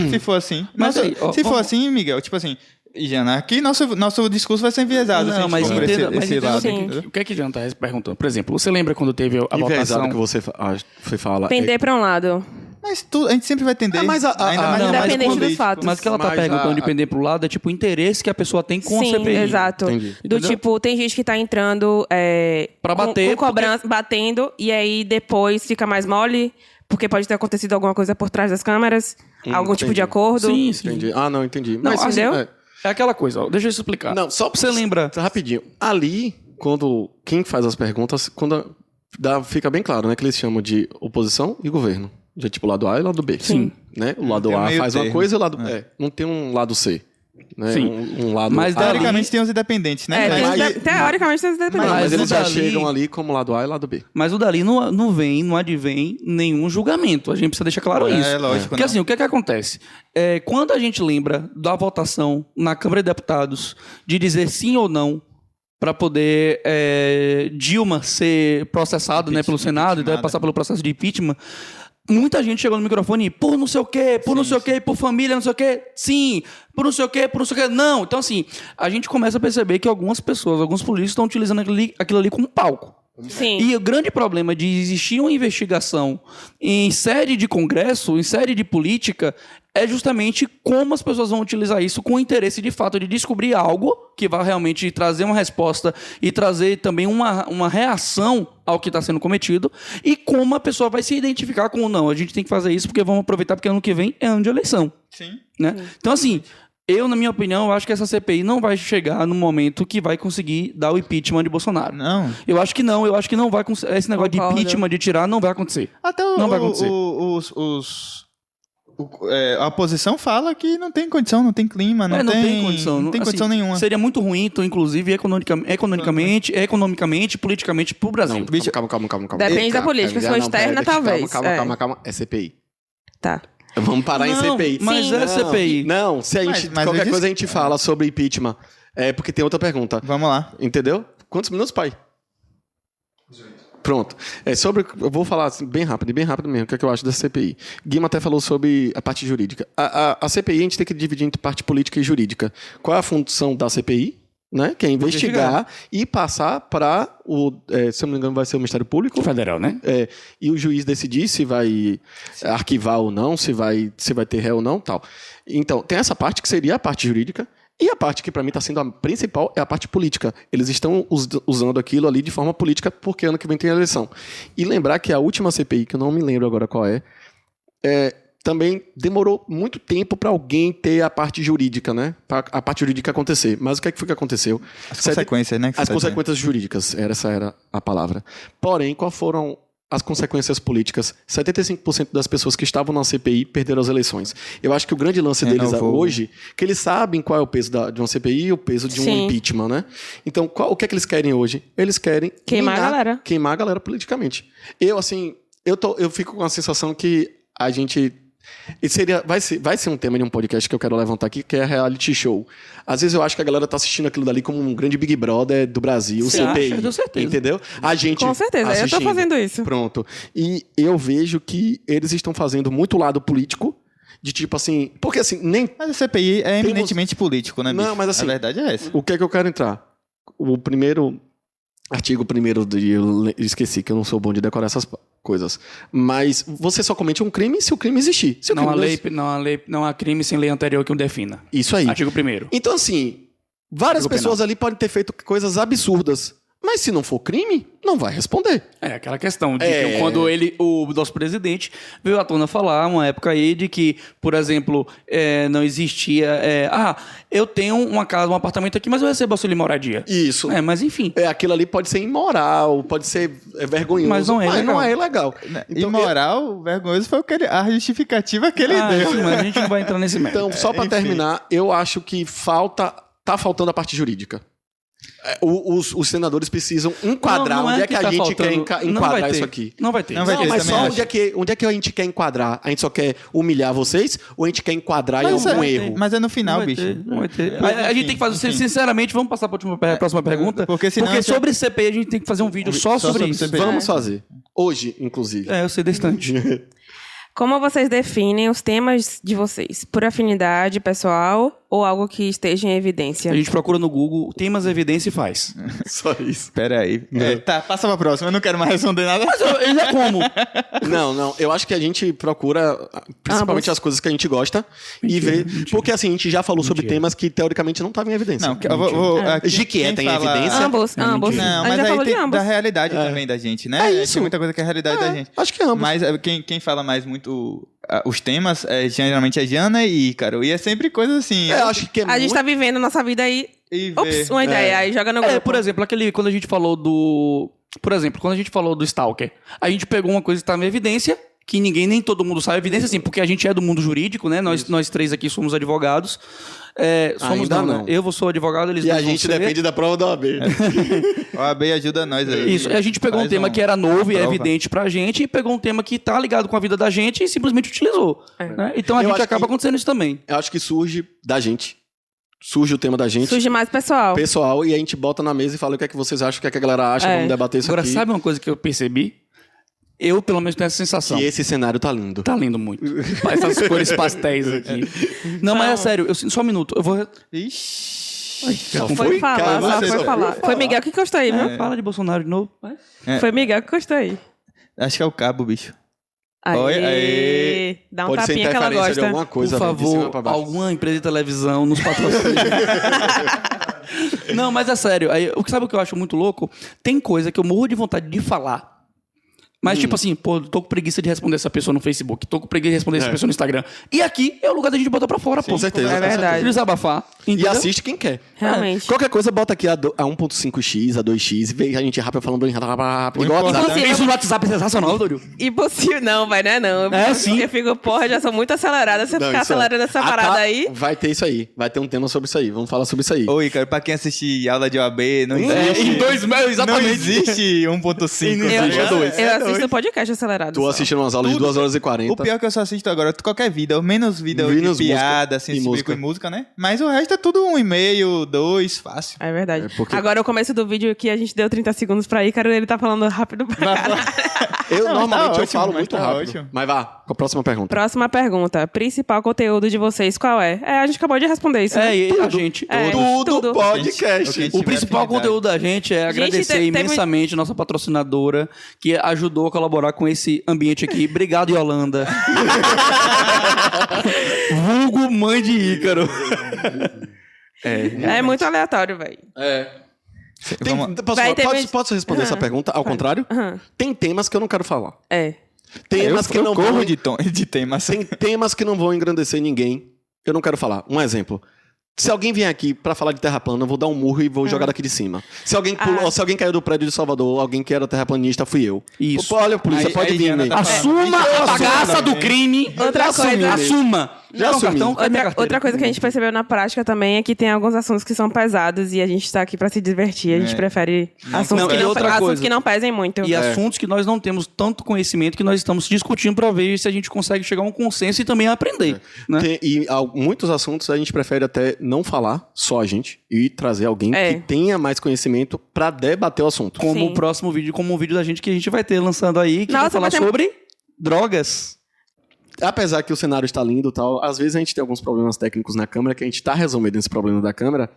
S4: se for assim.
S3: Mas
S4: Mas
S3: aí, ó,
S4: se for
S3: vamos-
S4: assim, Miguel, tipo assim, Jana, aqui nosso, nosso discurso vai ser enviesado.
S3: Não, mas
S4: entenda,
S3: entenda, mas entenda
S2: lado,
S3: o seguinte,
S4: entendeu?
S3: o que é que Jean tá perguntando? Por exemplo, você lembra quando teve a
S1: político?
S3: votação...
S1: Enviesado que você fa- ah, foi falar.
S2: Pender pra um lado.
S4: Mas tu- a gente sempre vai tender.
S1: Ah, mas a- a-
S4: ainda
S1: a-
S4: mais
S3: Não,
S4: no
S3: mas
S4: político.
S2: Independente dos fatos.
S3: Mas o que ela tá
S1: Mas a-
S3: perguntando, de pender pro lado, é tipo o interesse que a pessoa tem com
S2: Sim,
S3: a CPI.
S2: exato.
S1: Entendi.
S2: Do
S3: Entendeu?
S2: tipo, tem gente que tá entrando é,
S3: Pra
S2: com-
S3: bater,
S2: com, cobrança, batendo, e aí depois fica mais mole, porque pode ter acontecido alguma coisa por trás das câmeras,
S1: Hum,
S2: algum tipo de
S1: entendi.
S2: acordo.
S3: Sim, sim.
S1: Entendi. Ah, não, entendi.
S2: assim,
S1: é.
S3: É aquela coisa, ó, deixa eu explicar.
S1: Não, só pra
S3: Você lembra?
S1: Então, Rapidinho. Ali, quando quem faz as perguntas, quando a- dá, fica bem claro, né? Que eles chamam de oposição e governo. Já tipo o lado A e o lado B.
S2: Sim.
S1: Né? O
S4: Não
S1: lado
S4: tem
S1: A
S4: meio
S1: faz uma
S4: termo.
S1: coisa e o lado. É. não tem um lado C. Né?
S3: Sim.
S1: Um, um lado
S3: Mas
S1: A.
S3: dali-
S4: Teoricamente tem os independentes, né?
S2: É,
S4: Mas-
S2: tem os
S1: mas-
S2: de- teoricamente tem os
S1: Não,
S2: independentes.
S1: mas,
S3: mas
S1: eles
S3: o
S1: já
S3: dali-
S1: chegam ali como lado A e lado B.
S3: Mas o dali não, não vem, não advém nenhum julgamento. A gente precisa deixar claro isso.
S4: É, lógico.
S3: Porque
S4: não.
S3: assim, o que é que acontece? É, quando a gente lembra da votação na Câmara de Deputados de dizer sim ou não para poder é, Dilma ser processado né, pelo
S4: Impeachment,
S3: Senado e deve
S4: impeachmentada.
S3: passar pelo processo de impeachment, muita gente chegou no microfone e, por não sei o quê, por não sei o quê, por família, não sei o quê, sim, por não sei o quê, por não sei o quê, não. Então assim, a gente começa a perceber que algumas pessoas, alguns políticos estão utilizando aquilo ali- aquilo ali como palco.
S2: Sim.
S3: E o grande problema de existir uma investigação em sede de congresso, em sede de política, é justamente como as pessoas vão utilizar isso com o interesse de fato de descobrir algo que vai realmente trazer uma resposta e trazer também uma, uma reação ao que está sendo cometido e como a pessoa vai se identificar com não, a gente tem que fazer isso porque vamos aproveitar porque ano que vem é ano de eleição
S4: Sim.
S3: né? Então, assim, eu, na minha opinião, eu acho que essa CPI não vai chegar no momento que vai conseguir dar o impeachment de Bolsonaro.
S4: Não.
S3: Eu acho que não, eu acho que não vai acontecer. Esse negócio
S2: Concordo.
S3: de impeachment, de tirar, não vai acontecer.
S4: Até o,
S3: Não vai
S4: o-
S3: acontecer.
S4: o- os, os- o- é, a oposição fala que não tem condição, não tem clima, Ah, não,
S3: É,
S4: tem,
S3: condição.
S4: Não tem
S3: assim,
S4: condição nenhuma.
S3: Seria muito ruim, então, inclusive, economica- economicamente, economicamente, politicamente, pro Brasil.
S1: Não, calma, calma, calma, calma.
S2: Depende
S1: Eita,
S2: da política, se for
S1: não, pera,
S2: externa,
S1: deixa-
S2: talvez,
S1: Calma,
S2: é.
S1: calma, calma, calma. É CPI.
S2: Tá.
S1: Vamos parar
S3: Não,
S1: em CPI.
S3: mas Sim. é CPI.
S1: Não, se a
S4: Mas-
S1: gente,
S4: mas eu
S1: qualquer
S4: disse-
S1: coisa a gente fala sobre impeachment. É porque tem outra pergunta.
S4: Vamos lá.
S1: Entendeu? Quantos minutos, pai? Pronto. É sobre. Eu vou falar assim, bem rápido, bem rápido mesmo, o que, é que eu acho da CPI. Guima até falou sobre a parte jurídica. A, a- a CPI a gente tem que dividir entre parte política e jurídica. Qual é a função da CPI? Né? Que é investigar, e passar para o. é, se eu não me engano, vai ser o Ministério Público
S3: Federal, né?
S1: É, e o juiz decidir se vai arquivar ou não, se vai, se vai ter ré ou não, tal. Então, tem essa parte que seria a parte jurídica, e a parte que para mim está sendo a principal é a parte política. Eles estão us- usando aquilo ali de forma política porque ano que vem tem eleição. E lembrar que a última CPI, que eu não me lembro agora qual é, é, também demorou muito tempo para alguém ter a parte jurídica, né? Pra a parte jurídica acontecer. Mas o que é que foi que aconteceu?
S4: As
S1: Sete-
S4: consequências, né? que você
S1: as
S4: tá dizendo.
S1: consequências jurídicas, era, essa era a palavra. Porém, qual foram as consequências políticas? 75% das pessoas que estavam na CPI perderam as eleições. Eu acho que o grande lance deles
S4: Renovou.
S1: hoje que eles sabem qual é o peso da- de uma CPI e o peso de um
S2: Sim.
S1: impeachment, né? Então, qual- o que é que eles querem hoje? Eles querem
S2: Queimar
S1: minar-
S2: a galera.
S1: queimar a galera politicamente. Eu, assim, eu, tô, eu fico com a sensação que a gente E seria, vai, ser, vai ser um tema de um podcast que eu quero levantar aqui, que é reality show. Às vezes eu acho que a galera tá assistindo aquilo dali como um grande Big Brother do Brasil,
S3: Você
S1: CPI.
S3: acha? Com certeza.
S1: Entendeu? A gente.
S2: Com certeza, eu tô
S1: assistindo.
S2: fazendo isso.
S1: Pronto. E eu vejo que eles estão fazendo muito lado político, de tipo assim. Porque assim, nem.
S4: Mas a CPI é
S1: Temos-
S4: eminentemente político, né,
S1: Não,
S4: bicho?
S1: mas assim-
S4: A verdade é essa.
S1: O que é que eu quero entrar? O primeiro. Artigo primeiro de. Eu le- esqueci que eu não sou bom de decorar essas pa- coisas. Mas você só comete um crime se o crime existir. Se o
S3: Não há,
S1: crime não
S3: lei, não, há lei, não há crime sem lei anterior que o defina.
S1: Isso aí.
S3: Artigo 1
S1: Então, assim, várias
S3: Artigo
S1: pessoas ali podem ter feito coisas absurdas. Mas se não for crime, não vai responder.
S3: É aquela questão de
S1: É.
S3: que quando ele, o nosso presidente, veio à tona falar uma época aí de que, por exemplo, é, não existia. é, ah, eu tenho uma casa, um apartamento aqui, mas eu recebo auxílio moradia.
S1: Isso.
S3: É, mas enfim.
S1: É, aquilo ali pode ser imoral, pode ser é, vergonhoso.
S3: Mas não é
S1: Mas
S3: legal.
S1: não é legal.
S4: e moral, o vergonhoso foi o que ele- a justificativa que ele
S3: Ah,
S4: deu.
S3: enfim, mas a gente não vai entrar nesse merda.
S1: Então, só pra
S4: enfim.
S1: terminar, eu acho que falta. Tá faltando a parte jurídica. É, o- Os, os senadores precisam enquadrar
S3: Não, não é
S1: onde é que,
S3: que
S1: a
S3: tá
S1: gente quer
S3: faltando.
S1: enca-
S3: Não vai
S1: enquadrar
S3: ter.
S1: isso aqui.
S3: Não vai ter.
S4: Não vai
S1: Não,
S4: ter,
S1: mas
S4: também
S1: só
S4: acho.
S1: onde é, que, onde é que a gente quer enquadrar? A gente só quer humilhar vocês ou a gente quer enquadrar em
S4: Mas
S1: algum
S4: é-
S1: um erro?
S4: Mas é no
S3: Não
S4: final,
S3: vai
S4: bicho. É.
S3: ter, não vai ter.
S4: Mas,
S3: a, a gente
S4: enfim,
S3: tem que fazer,
S4: enfim. É,
S3: sinceramente, vamos passar para a última- próxima pergunta.
S4: Porque senão a
S3: Porque
S4: gente-
S3: sobre CPI a gente tem que fazer um vídeo só,
S4: Só
S3: sobre,
S4: sobre
S3: isso.
S4: CPI.
S1: Vamos
S2: É.
S1: fazer. Hoje, inclusive.
S3: É, eu sei distante.
S2: Como vocês definem os temas de vocês? Por afinidade pessoal ou algo que esteja em evidência?
S3: A gente procura no Google, temas evidência e faz.
S4: É.
S1: Só isso.
S4: Pera aí. É, tá, passa pra próxima. Eu não quero mais responder nada.
S3: Mas eu- ele é como?
S1: Não, não. Eu acho que a gente procura ah, principalmente as
S2: Ambos.
S1: coisas que a gente gosta e
S3: Mentira,
S1: vê.
S3: mentira.
S1: Porque assim, a gente já falou sobre
S3: Mentira.
S1: temas que teoricamente não estavam em evidência.
S4: Não, que- eu vou... vou
S2: É.
S4: aqui,
S1: Jiquié
S4: quem
S1: tem
S4: fala- Ah,
S1: evidência?
S2: Ambos,
S3: Não,
S2: ambos.
S3: mentira.
S4: Não,
S2: a gente
S4: mas
S2: já
S4: aí
S2: falou de
S4: tem
S2: ambos.
S4: da realidade
S1: É.
S4: também da gente, né?
S1: É
S4: Tem
S1: isso.
S4: muita coisa que é a realidade da gente.
S1: Acho que ambos.
S4: Mas é, quem, quem fala mais muito ah, os temas é, geralmente é Jana e Ícaro. E é sempre coisa assim.
S1: É, eu acho que é
S2: A gente
S1: muito-
S2: tá vivendo nossa vida aí.
S4: E vê.
S2: Ops, uma ideia. Aí joga no grupo.
S3: É, por exemplo, aquele quando a gente falou do, por exemplo, quando a gente falou do Stalker, a gente pegou uma coisa que estava em evidência, que ninguém nem todo mundo sabe evidência assim, porque a gente é do mundo jurídico, né? Nós, nós três aqui somos advogados. É, somos
S1: Ainda
S3: né?
S1: não.
S3: Eu vou sou advogado, eles
S1: E
S3: dois
S1: a
S3: vão
S1: gente
S3: ser.
S1: depende da prova da OAB.
S4: OAB ajuda nós aí.
S3: Isso, a gente pegou um
S4: Faz
S3: tema
S4: um-
S3: que era novo e
S4: prova.
S3: evidente pra gente e pegou um tema que tá ligado com a vida da gente e simplesmente utilizou.
S2: É.
S3: né? Então a
S1: Eu
S3: gente
S1: acho
S3: acaba
S1: que-
S3: acontecendo isso também.
S1: Eu acho que surge da gente. Surge o tema da gente.
S2: Surge mais pessoal.
S1: pessoal e a gente bota na mesa e fala o que é que vocês acham, o que é que a galera acha,
S2: É.
S1: vamos debater isso
S3: Agora,
S1: aqui.
S3: sabe uma coisa que eu percebi? Eu, pelo menos, tenho essa sensação.
S1: Que esse cenário tá lindo.
S3: Tá lindo muito. Essas cores pastéis aqui. Não, mas é sério, eu, sinto- só um minuto. Eu vou. um
S4: Ixi.
S1: Só
S2: Foi
S1: fui,
S2: falar,
S1: cara,
S2: só
S1: você
S2: foi
S1: só É,
S2: falar.
S1: foi
S2: Foi Miguel que custou aí, viu?
S3: Fala de Bolsonaro de novo.
S4: É.
S2: Foi Miguel que custou aí.
S4: Acho que é o cabo, bicho. Oi,
S2: Aê.
S4: aê.
S2: Dá um
S1: Pode ser
S2: tapinha que ela
S1: interferência de
S2: gosta.
S1: alguma coisa.
S3: Por
S1: velho, de cima
S3: favor,
S1: pra baixo.
S3: alguma empresa de televisão nos patrocina. Não, mas é sério. Aí, o que sabe o que eu acho muito louco? Tem coisa que eu morro de vontade de falar. Mas,
S1: Hum.
S3: tipo assim, pô, tô com preguiça de responder essa pessoa no Facebook, tô com preguiça de responder essa
S1: É.
S3: pessoa no Instagram. E aqui é o lugar da gente botar pra fora, pô.
S1: Com certeza.
S2: É verdade.
S3: Desabafar.
S1: E
S3: entendeu?
S1: assiste quem quer.
S2: Realmente.
S1: Qualquer coisa, bota aqui a, do- a 1.5x, a 2x, e vem a gente rápido falando bem rápido, rápido, rápido, igual
S4: O
S1: assim, WhatsApp.
S4: importante-
S3: Isso no WhatsApp é sensacional, Dorio.
S2: Impossível, não, vai, né? Não.
S3: É, sim.
S2: Eu fico, porra, já sou muito acelerada. Se eu
S1: Não,
S2: ficar
S1: isso é-
S2: acelerando essa
S1: Ah, tá.
S2: parada aí.
S1: Vai ter isso aí. Vai ter um tema sobre isso aí. Vamos falar sobre isso aí.
S4: Ô, Ícaro, pra quem assistir aula de OAB, não existe.
S3: em dois meses, exatamente.
S4: Não existe 1.5.
S1: Não
S2: Eu,
S4: tá
S1: existe, é
S4: ligado?
S1: dois.
S2: eu assisto o podcast acelerado.
S1: Tô
S2: só.
S1: assistindo umas aulas de
S4: Tudo.
S1: 2 horas e
S4: O
S1: 40.
S4: pior é que eu só assisto agora qualquer vídeo, menos vídeo
S1: Menos
S4: de
S1: música
S4: piada, assim,
S1: e
S4: esse
S1: música.
S4: bico e música, né? Mas o resto é tudo um e meio, dois, fácil.
S2: É verdade.
S1: É porque-
S2: Agora, o começo do vídeo que a gente deu 30 segundos pra Ícaro, ele tá falando rápido pra caralho.
S1: Eu
S4: Não, mas
S1: normalmente
S4: tá
S1: eu
S4: ótimo,
S1: falo
S4: mas
S1: muito
S4: tá
S1: rápido.
S4: ótimo.
S1: Mas vá, com a próxima pergunta.
S2: Próxima pergunta. Principal conteúdo de vocês, qual é? É, a gente acabou de responder isso.
S3: É,
S2: né?
S3: e a gente.
S2: É, tudo. é
S4: O que a gente
S3: O
S4: tiver
S3: principal
S4: afinidade.
S3: conteúdo da gente é agradecer
S2: te- teve- um
S3: imensamente nossa patrocinadora que ajudou a colaborar com esse ambiente aqui. Obrigado, Yolanda. Vulgo mãe de Ícaro.
S2: É muito aleatório, velho.
S1: É. Tem,
S4: Vamos-
S1: posso,
S2: Vai ter
S1: posso-
S2: mais-
S1: posso responder
S4: Ah.
S1: essa pergunta? Ao contrário?
S2: Aham.
S1: Tem temas que eu não quero falar.
S2: É.
S1: Temas que não
S4: corro
S1: vão
S4: de, tom, de assim. temas.
S1: Tem temas que não vão engrandecer ninguém. Eu não quero falar. Um exemplo. Se alguém vier aqui pra falar de terra plana, eu vou dar um murro
S4: Ah.
S1: e vou jogar daqui de cima. Se alguém, pulou-
S2: Ah.
S1: se alguém caiu do prédio de Salvador, alguém que era terraplanista, fui eu.
S3: Isso.
S1: Pô, Olha, polícia,
S4: Aí-
S1: pode
S4: aí
S3: É.
S1: vir.
S4: Diana
S1: né?
S4: tá falando.
S3: Assuma
S4: É.
S3: a bagaça do crime.
S2: Outra
S3: Assuma.
S2: coisa.
S3: Assuma.
S1: Já
S3: Não,
S1: assumi.
S3: cartão. É minha
S2: Outra,
S3: carteira.
S2: outra coisa que a gente percebeu na prática também é que tem alguns assuntos que são pesados e a gente tá aqui pra se divertir. A gente
S4: É.
S2: prefere assuntos,
S3: não,
S2: que
S3: e
S2: não,
S3: outra
S2: assuntos
S3: coisa.
S2: que não pesem muito.
S3: E assuntos que nós não temos tanto conhecimento que nós estamos discutindo para ver se a gente consegue chegar a um consenso e também aprender. né?
S1: Tem- e al- muitos assuntos a gente prefere até não falar, só a gente, e trazer alguém
S2: É.
S1: que tenha mais conhecimento pra debater o assunto.
S3: Como
S2: Sim.
S3: o próximo vídeo, como o vídeo da gente que a gente vai ter lançando aí, que vai
S2: Nossa,
S3: falar
S2: vai ter-
S3: sobre drogas.
S1: Apesar que o cenário está lindo e tal, às vezes a gente tem alguns problemas técnicos na câmera, que a gente tá resolvendo esse problema da câmera,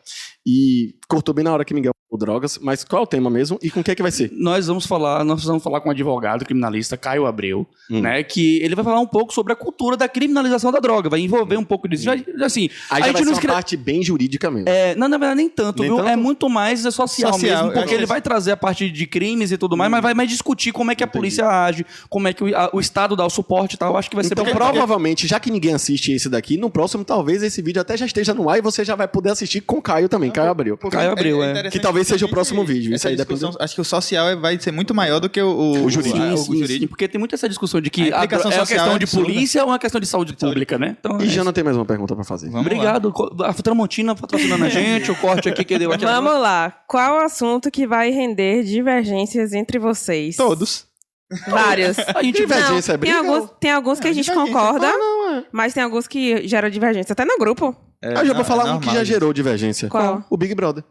S1: e cortou bem na hora que Miguel falou drogas, mas qual é o tema mesmo e com o que é que vai ser?
S3: Nós vamos falar, nós vamos falar com um advogado criminalista, Caio Abreu,
S1: Hum.
S3: né? Que ele vai falar um pouco sobre a cultura da criminalização da droga, vai envolver um pouco disso. Já- assim,
S1: Aí já
S3: A
S1: vai
S3: gente
S1: ser uma
S3: não escreve-
S1: parte bem jurídica mesmo.
S3: é, não, na verdade, nem tanto,
S1: Nem
S3: viu?
S1: tanto?
S3: É muito mais é social,
S4: Social,
S3: mesmo,
S4: eu
S3: porque
S4: acho
S3: ele
S4: isso.
S3: vai trazer a parte de crimes e tudo mais, mas vai mais discutir como é que a
S1: Entendi.
S3: polícia age, como é que o, a- o Estado dá o suporte e tal. Eu Acho que vai ser
S1: Então,
S3: bem legal.
S1: provavelmente, já que ninguém assiste esse daqui, no próximo, talvez esse vídeo até já esteja no ar e você já vai poder assistir com o Caio também, Caio Abreu.
S4: Porque
S3: Caio Abreu, é.
S4: interessante
S1: Que talvez seja o
S4: justamente
S1: próximo vídeo, isso
S4: essa
S1: aí
S4: discussão-
S1: depende
S4: Acho que o social é- vai ser muito maior do que o, o,
S1: O jurídico.
S4: a-
S3: Sim,
S4: o
S3: sim, sim,
S4: jurídico.
S3: porque tem muita essa discussão de que
S4: A
S3: a
S4: implicação
S3: dro- é uma
S4: social
S3: questão
S4: é
S3: de
S4: absurda.
S3: polícia ou é uma questão de saúde pública, né? Então, é
S1: E
S3: isso.
S1: Jana tem mais uma pergunta pra fazer.
S4: Vamos lá.
S3: Obrigado. Co- A Tramontina patrocinando a gente, o corte aqui que é deu aqui.
S2: Vamos lá. Qual assunto que vai render divergências entre vocês?
S4: Todos.
S2: Vários.
S3: A gente vai.
S1: Divergência é
S2: tem,
S1: briga
S2: alguns, tem alguns que a gente
S3: tá
S4: divergência.
S2: concorda,
S1: Ah, não, é.
S2: mas tem alguns que geram divergência. Até no grupo.
S4: É,
S1: Ah, já vou
S4: não,
S1: falar
S4: é
S1: um que
S4: normal.
S1: já gerou divergência.
S2: Qual?
S1: O Big Brother.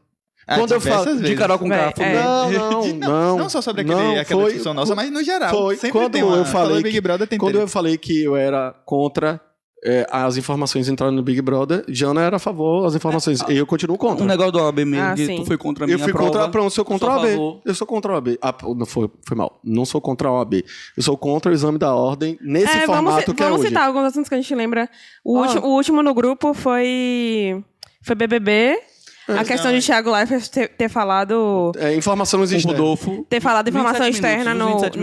S4: Ah,
S1: Quando eu
S4: diversas
S1: falo de
S3: De
S4: vezes.
S3: Carol com
S2: Véi,
S3: K.
S2: é.
S1: Não, não, não.
S4: Não só sobre aquele,
S1: Não,
S4: aquela
S1: foi-
S4: discussão nossa, mas no geral.
S1: foi
S4: sempre
S1: quando
S4: tem uma,
S1: eu falei
S4: falando
S1: que-
S4: Big Brother tem
S1: Quando eu
S4: treta.
S1: falei que eu era contra é, as informações entrarem no Big Brother, Jana era a favor das informações.
S2: É,
S1: eu continuo
S3: Um
S1: contra.
S3: negócio do OAB mesmo,
S2: Ah,
S3: que
S2: sim.
S3: tu foi contra a minha
S1: Eu fui
S3: prova.
S1: contra a prova, eu sou contra
S3: Sou
S1: a
S3: a
S1: OAB.
S3: favor.
S1: Eu sou contra a OAB. Ah, pô, não foi, foi mal. Não sou contra a OAB. Eu sou contra o exame da ordem nesse
S2: É, vamos
S1: formato
S2: ci-
S1: que é
S2: vamos
S1: hoje.
S2: citar alguns assuntos que a gente lembra. O,
S3: Ah.
S2: último, o último no grupo foi. Foi BBB.
S1: Ah,
S2: A questão
S1: um-
S2: de Thiago Leifert ter, ter falado.
S1: É, informação
S3: Com o
S1: externa.
S3: Rodolfo.
S2: Ter falado informação
S3: 27
S2: externa
S3: minutos,
S2: no,
S3: 27
S4: É.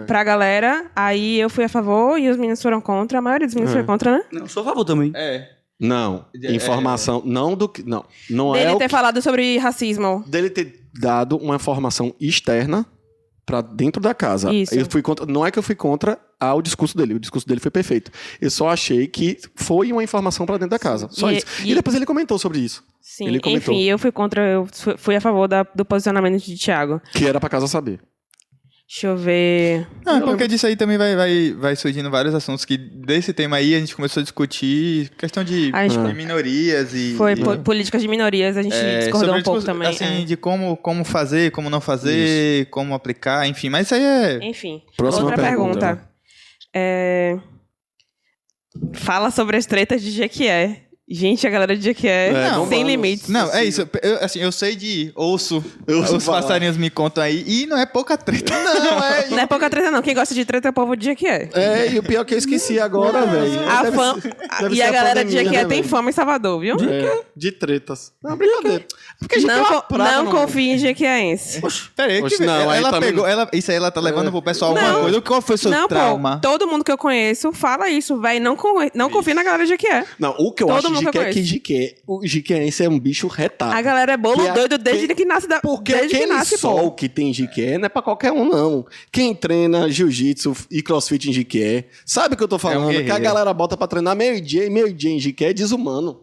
S2: no, pra galera. Aí eu fui a favor e os meninos foram contra. A maioria dos meninos
S1: É.
S2: foi contra, né?
S3: Não, sou a favor também.
S4: É.
S1: Não,
S4: É,
S1: informação não do que não, não
S2: Dele
S1: é o
S2: ter
S1: que-
S2: falado sobre racismo.
S1: dele ter dado uma informação externa pra dentro da casa.
S2: Isso.
S1: Eu fui contra, não é que eu fui contra ao discurso dele, o discurso dele foi perfeito. Eu só achei que foi uma informação pra dentro da casa, só
S2: E-
S1: isso. E,
S2: e-
S1: depois ele comentou sobre isso,
S2: Sim,
S1: Ele comentou.
S2: enfim, eu fui contra, eu fu- fui a favor da- do posicionamento de Thiago.
S1: que era pra casa saber.
S2: Deixa eu ver.
S4: Não, é porque disso aí também vai, vai, vai surgindo vários assuntos que desse tema aí a gente começou a discutir questão de,
S2: A gente-
S4: de minorias e.
S2: Foi
S4: e-
S1: é.
S2: po- políticas de minorias, a gente
S4: é,
S2: discordou
S4: sobre
S2: um pouco
S4: discuss-
S2: também.
S4: Assim, de como, como fazer, como não fazer, como aplicar, enfim. Mas isso aí é.
S2: é. Enfim,
S1: Próxima
S2: outra pergunta.
S1: pergunta. né?
S2: É, Fala sobre as tretas de Jequié. Gente, a galera de Jequié
S1: É,
S4: não,
S2: sem
S1: vamos-
S2: llimite limites.
S4: Não, é isso. Eu, assim, eu sei de ouço,
S1: Eu
S4: os passarinhos me contam aí, e não é pouca treta.
S1: Não, é,
S2: Não é pouca treta, não. Quem gosta de treta é o povo de Jequié.
S1: é, e o pior é que eu esqueci agora, velho.
S2: A
S1: Deve
S2: fã...
S1: ser-
S2: a-
S1: deve
S2: E
S1: ser
S2: a
S1: a
S2: galera de
S1: pandemia,
S2: Jequié
S1: né,
S2: tem
S1: velho?
S2: fama em Salvador, viu?
S1: é, de tretas. Não, brincadeira. Porque a gente tem
S2: Não,
S1: uma
S2: co-
S1: praga
S2: não
S1: no-
S2: confie em Jequiéense.
S4: Pera aí,
S1: Oxe,
S4: que-
S1: não, aí
S4: ela
S1: também
S4: pegou,
S1: não.
S4: ela, isso aí ela tá levando pro pessoal alguma
S2: Não.
S4: coisa. Qual foi
S1: é
S4: o
S1: um
S4: seu
S2: Não,
S4: trauma?
S2: pô, todo mundo que eu conheço fala isso, véi. Não, con- não confia na galera de Jequié.
S1: Não, o que eu
S2: Todo
S1: acho de
S2: mundo que
S1: Jiqué
S2: eu
S1: é que Jiqué, o Jiquense é um bicho retado.
S2: A galera é bolo
S1: Que a-
S2: doido desde
S1: que-
S2: que, nasce da.
S1: Porque
S2: desde que
S1: aquele
S2: nasce, pô.
S1: sol que tem em Jiqué não é pra qualquer um, não. Quem treina jiu-jitsu e crossfit em Jiqué, sabe o que eu tô falando? que a
S4: guerreiro.
S1: galera bota pra treinar meio-dia e meio-dia em Jiqué é desumano.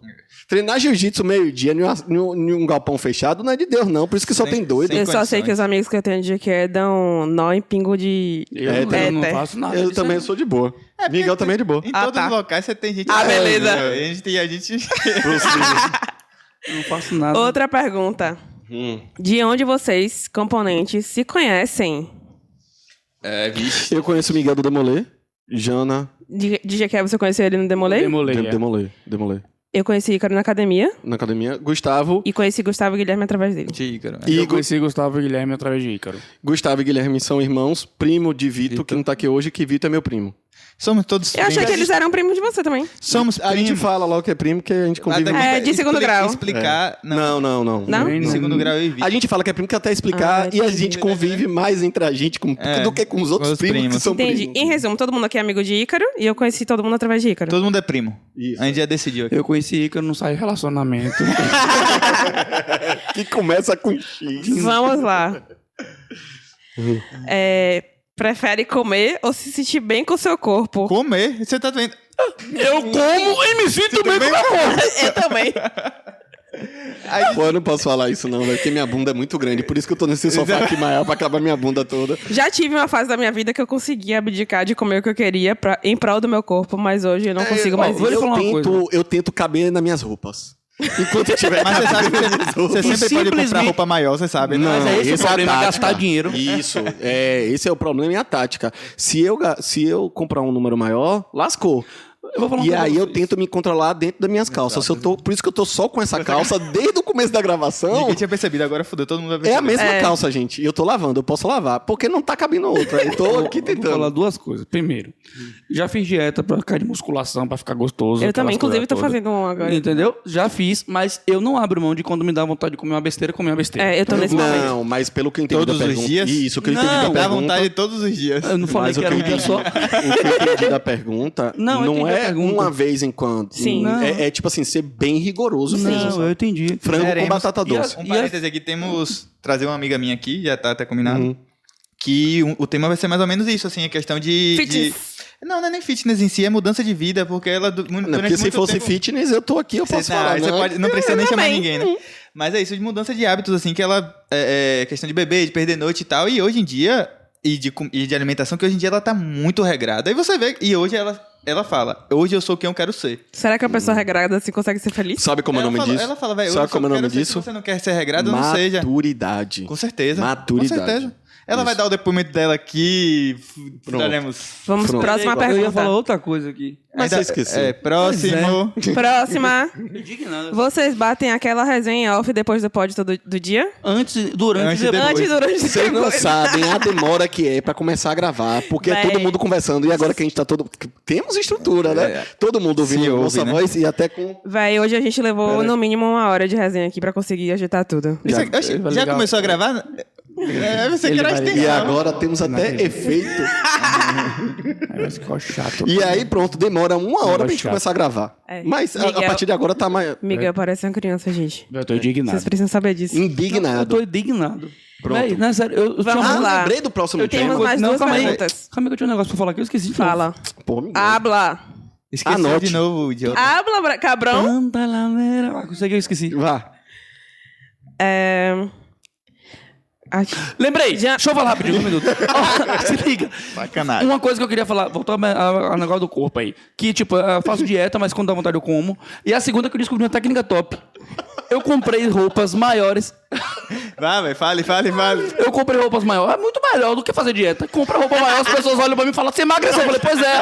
S1: Treinar jiu-jitsu meio-dia em, uma- em um- em um galpão fechado não é de Deus, não. Por isso que só
S4: Sim,
S1: tem doido.
S4: sim.
S2: Eu só sei
S4: condições.
S2: que os amigos que eu tenho de Jequié dão nó em pingo de.
S3: Eu,
S1: É,
S3: não-
S1: tem-
S3: eu não
S2: é, tem.
S3: faço nada.
S1: Eu
S3: disso
S1: também
S3: aí.
S1: sou de boa. Miguel também é de boa.
S4: Em
S2: Ah,
S4: todos
S2: tá.
S4: os locais você tem gente.
S2: Ah,
S4: É,
S2: beleza.
S4: né? A gente tem a gente.
S3: Eu não faço nada.
S2: Outra pergunta.
S1: Hum.
S2: De onde vocês, componentes, se conhecem?
S4: É, vixe.
S1: Eu conheço o Miguel do Demolê, Jana
S2: De, de Jequié você conheceu ele no Demolei?
S3: Demolei,
S1: Dem-
S3: é.
S1: Demolê, Demolê.
S2: Eu conheci Ícaro na academia
S1: Na academia, Gustavo
S2: e conheci Gustavo Guilherme através dele.
S1: e
S3: Eu conheci Gustavo Guilherme através de Ícaro.
S1: Gustavo e Guilherme são irmãos, primo de Vito, que não tá aqui hoje, que Vito é meu primo.
S4: Somos todos.
S2: Eu achei
S4: primos.
S2: que eles eram primos de você também.
S4: Somos
S1: A gente
S4: primos.
S1: fala logo que é primo, que a gente convive
S4: Até
S1: muito.
S4: que
S2: É, de segundo
S4: expli-
S2: grau.
S4: Explicar. Não,
S1: É. Não, não, não.
S2: Não?
S4: de segundo grau eu e vi.
S1: A gente fala que é primo que até explicar
S2: Ah,
S1: e a
S2: entendi.
S1: gente convive mais entre a gente com-
S4: É.
S1: do que com os outros
S4: Os
S1: primos, que
S4: primos.
S1: são
S2: Entendi.
S1: primos.
S2: Em resumo, todo mundo aqui é amigo de Ícaro e eu conheci todo mundo através de Ícaro.
S4: Todo mundo é primo.
S1: Isso.
S4: A gente já decidiu aqui.
S3: Eu conheci Ícaro, não saí de relacionamento.
S1: Que começa com X.
S2: Vamos lá. É, prefere comer ou se sentir bem com o seu corpo?
S4: Comer? Você tá vendo?
S3: Eu como e me sinto bem com a porra.
S5: Eu também.
S1: Pô, eu não posso falar isso não, velho, porque minha bunda é muito grande. Por isso que eu tô nesse
S4: é.
S1: sofá aqui maior pra acabar minha bunda toda.
S2: Já tive uma fase da minha vida que eu conseguia abdicar de comer o que eu queria pra, em prol do meu corpo, mas hoje eu não consigo
S3: ó,
S2: mais
S3: vou
S2: isso.
S3: lhe
S1: eu,
S3: falar uma
S1: tento, eu tento caber nas minhas roupas. Enquanto eu tiver
S4: Mas você sabe que
S1: cabendo nas minhas
S4: você
S1: roupas.
S4: sempre pode comprar
S3: simplesmente-
S4: roupa maior, você sabe, né?
S1: Não,
S3: Mas é esse o
S1: esse é a
S3: problema, é
S1: tática.
S3: gastar dinheiro.
S1: Isso, é, esse é o problema e a tática. Se eu, ga- se eu comprar um número maior, lascou.
S3: Eu vou falar uma
S1: E
S3: coisa
S1: aí
S3: pra
S1: eu
S3: vocês.
S1: tento me controlar dentro das minhas calças. Se eu tô, por isso que eu tô só com essa calça desde o começo da gravação.
S4: Ninguém tinha percebido, agora fodeu, todo mundo vai
S1: É
S4: perceber.
S1: a mesma
S2: É.
S1: calça, gente. E eu tô lavando, eu posso lavar. Porque não tá cabendo outra. Eu tô aqui
S3: Vou falar
S1: tentando.
S3: duas coisas. Primeiro, já fiz dieta pra ficar de musculação, pra ficar gostoso.
S2: Eu
S3: aquelas
S2: também, inclusive,
S3: coisas
S2: tô
S3: todas.
S2: fazendo um agora.
S3: Entendeu? Já fiz, mas eu não abro mão de quando me dá vontade de comer uma besteira, comer uma besteira.
S2: É, eu tô nesse momento.
S1: Não, mas pelo que eu entendi
S4: Todos
S1: da
S4: os
S1: pergunta.
S4: dias?
S1: Isso, o que eu entendi
S3: Não,
S1: da
S4: Dá
S1: pergunta.
S4: vontade todos os dias.
S3: Eu não falei
S1: Mas o
S3: que
S1: que
S3: era
S1: eu
S3: um dia
S1: entendi,
S3: só.
S1: o que eu entendi da pergunta
S3: Não,
S1: não,
S3: eu entendi a
S1: é
S3: pergunta.
S1: uma vez em quando.
S2: Sim.
S1: Não.
S3: Não.
S1: É, é tipo assim, ser bem rigoroso mesmo.
S3: Não,
S1: sabe?
S3: eu entendi.
S1: Frango
S4: Veremos.
S1: com batata
S3: E a-
S1: doce.
S4: Um
S3: E
S4: parêntese aqui, temos. Trazer uma amiga minha aqui, já tá até combinado.
S1: Uhum.
S4: Que um, o, o tema vai ser mais ou menos isso, assim, a questão de.
S2: Fitness.
S4: de- Não, não é nem fitness em si, é mudança de vida, porque ela. du- mu-
S1: Não,
S4: durante
S1: porque se
S4: muito
S1: fosse
S4: tempo-
S1: fitness, eu tô aqui, eu posso
S4: Cê- não, é
S1: falar. né?
S4: aí você
S1: Não,
S4: pode- não precisa nem chamar
S2: também.
S4: ninguém, né? Mas é isso de mudança de hábitos, assim, que ela. É, é questão de beber, de perder noite e tal. E hoje em dia. E de, com- e de alimentação, que hoje em dia ela tá muito regrada. Aí você vê. E hoje ela, ela fala: Hoje eu sou quem eu quero ser.
S2: Será que a pessoa regrada assim consegue ser feliz?
S1: Sabe como é o
S4: ela
S1: nome
S4: fala,
S1: disso?
S4: Ela fala, velho,
S1: Sabe
S4: eu sou
S1: como é o
S4: quem eu
S1: nome
S4: quero ser.
S1: disso?
S4: Se você não quer ser regrado, não seja.
S1: Maturidade.
S4: Com certeza.
S1: Maturidade.
S4: Com certeza. Ela
S1: Isso.
S4: vai dar o depoimento dela aqui. f-
S1: Pronto.
S4: Daremos.
S2: Vamos
S1: Pronto.
S2: próxima
S3: eu ia falar
S2: pergunta.
S3: outra coisa aqui.
S1: Mas
S4: Ainda-
S1: você esqueceu.
S4: É, próximo.
S2: Próxima.
S3: Indignado.
S2: Vocês batem aquela resenha off depois do pod todo do dia?
S3: Antes, durante
S4: Antes
S3: e
S4: e
S3: depois.
S2: Antes, durante e
S1: Vocês não
S2: depois.
S1: sabem a demora que é pra começar a gravar, porque é
S2: Véi.
S1: todo mundo conversando e agora que a gente tá todo. Temos estrutura, né? Todo mundo ouvindo
S4: É. Se
S1: a nossa
S4: ouve, né?
S1: voz e até com.
S2: Véi, hoje a gente levou no mínimo uma hora de resenha aqui pra conseguir agitar tudo.
S4: Isso
S3: Já-
S4: aqui- oxe,
S3: ele vai
S4: já
S3: ligar.
S4: começou a gravar? É, você quer a
S3: vai
S1: E
S4: extensão.
S1: agora temos até efeito.
S3: Mas que chato.
S1: E aí, pronto, demora uma hora pra gente
S3: chato.
S1: começar a gravar.
S2: É.
S1: Mas a, a
S2: Miguel-
S1: partir de agora tá mais.
S2: Miguel parece uma criança, gente.
S3: Eu tô indignado.
S2: Vocês precisam saber
S3: Hum,
S2: disso.
S3: Eu
S2: Então,
S1: Indignado.
S3: tô indignado.
S1: Pronto.
S3: Véi, não, é sério, eu, eu tinha
S2: Vamos
S3: um-
S2: lá.
S1: Ah, lembrei do próximo
S2: Eu tenho
S1: tema.
S2: mais
S3: Não,
S2: duas
S3: calma aí.
S2: perguntas.
S3: Calma aí que eu tinha um negócio pra falar que eu esqueci de novo.
S2: Fala.
S1: Pô, Miguel.
S2: Habla.
S4: Esqueceu
S1: Anote.
S4: de novo, idiota.
S2: Habla, bra- cabrão.
S3: Tanta lameira. Ah, consegui, eu esqueci.
S1: Vá.
S2: É... Ai,
S3: Lembrei!
S2: Já-
S3: Deixa eu falar rapidinho, um minuto. Ó, se liga.
S4: Sacanagem.
S3: Uma coisa que eu queria falar, voltar ao negócio do corpo aí. Que, tipo, eu faço dieta, mas quando dá vontade eu como. E a segunda é que eu descobri uma técnica top. Eu comprei roupas maiores.
S4: Vá, velho, fale, fale, fale.
S3: Eu comprei roupas maiores. É muito melhor do que fazer dieta. Compra roupa maior, as pessoas olham pra mim e falam, você emagreceu. Eu falei, pois é.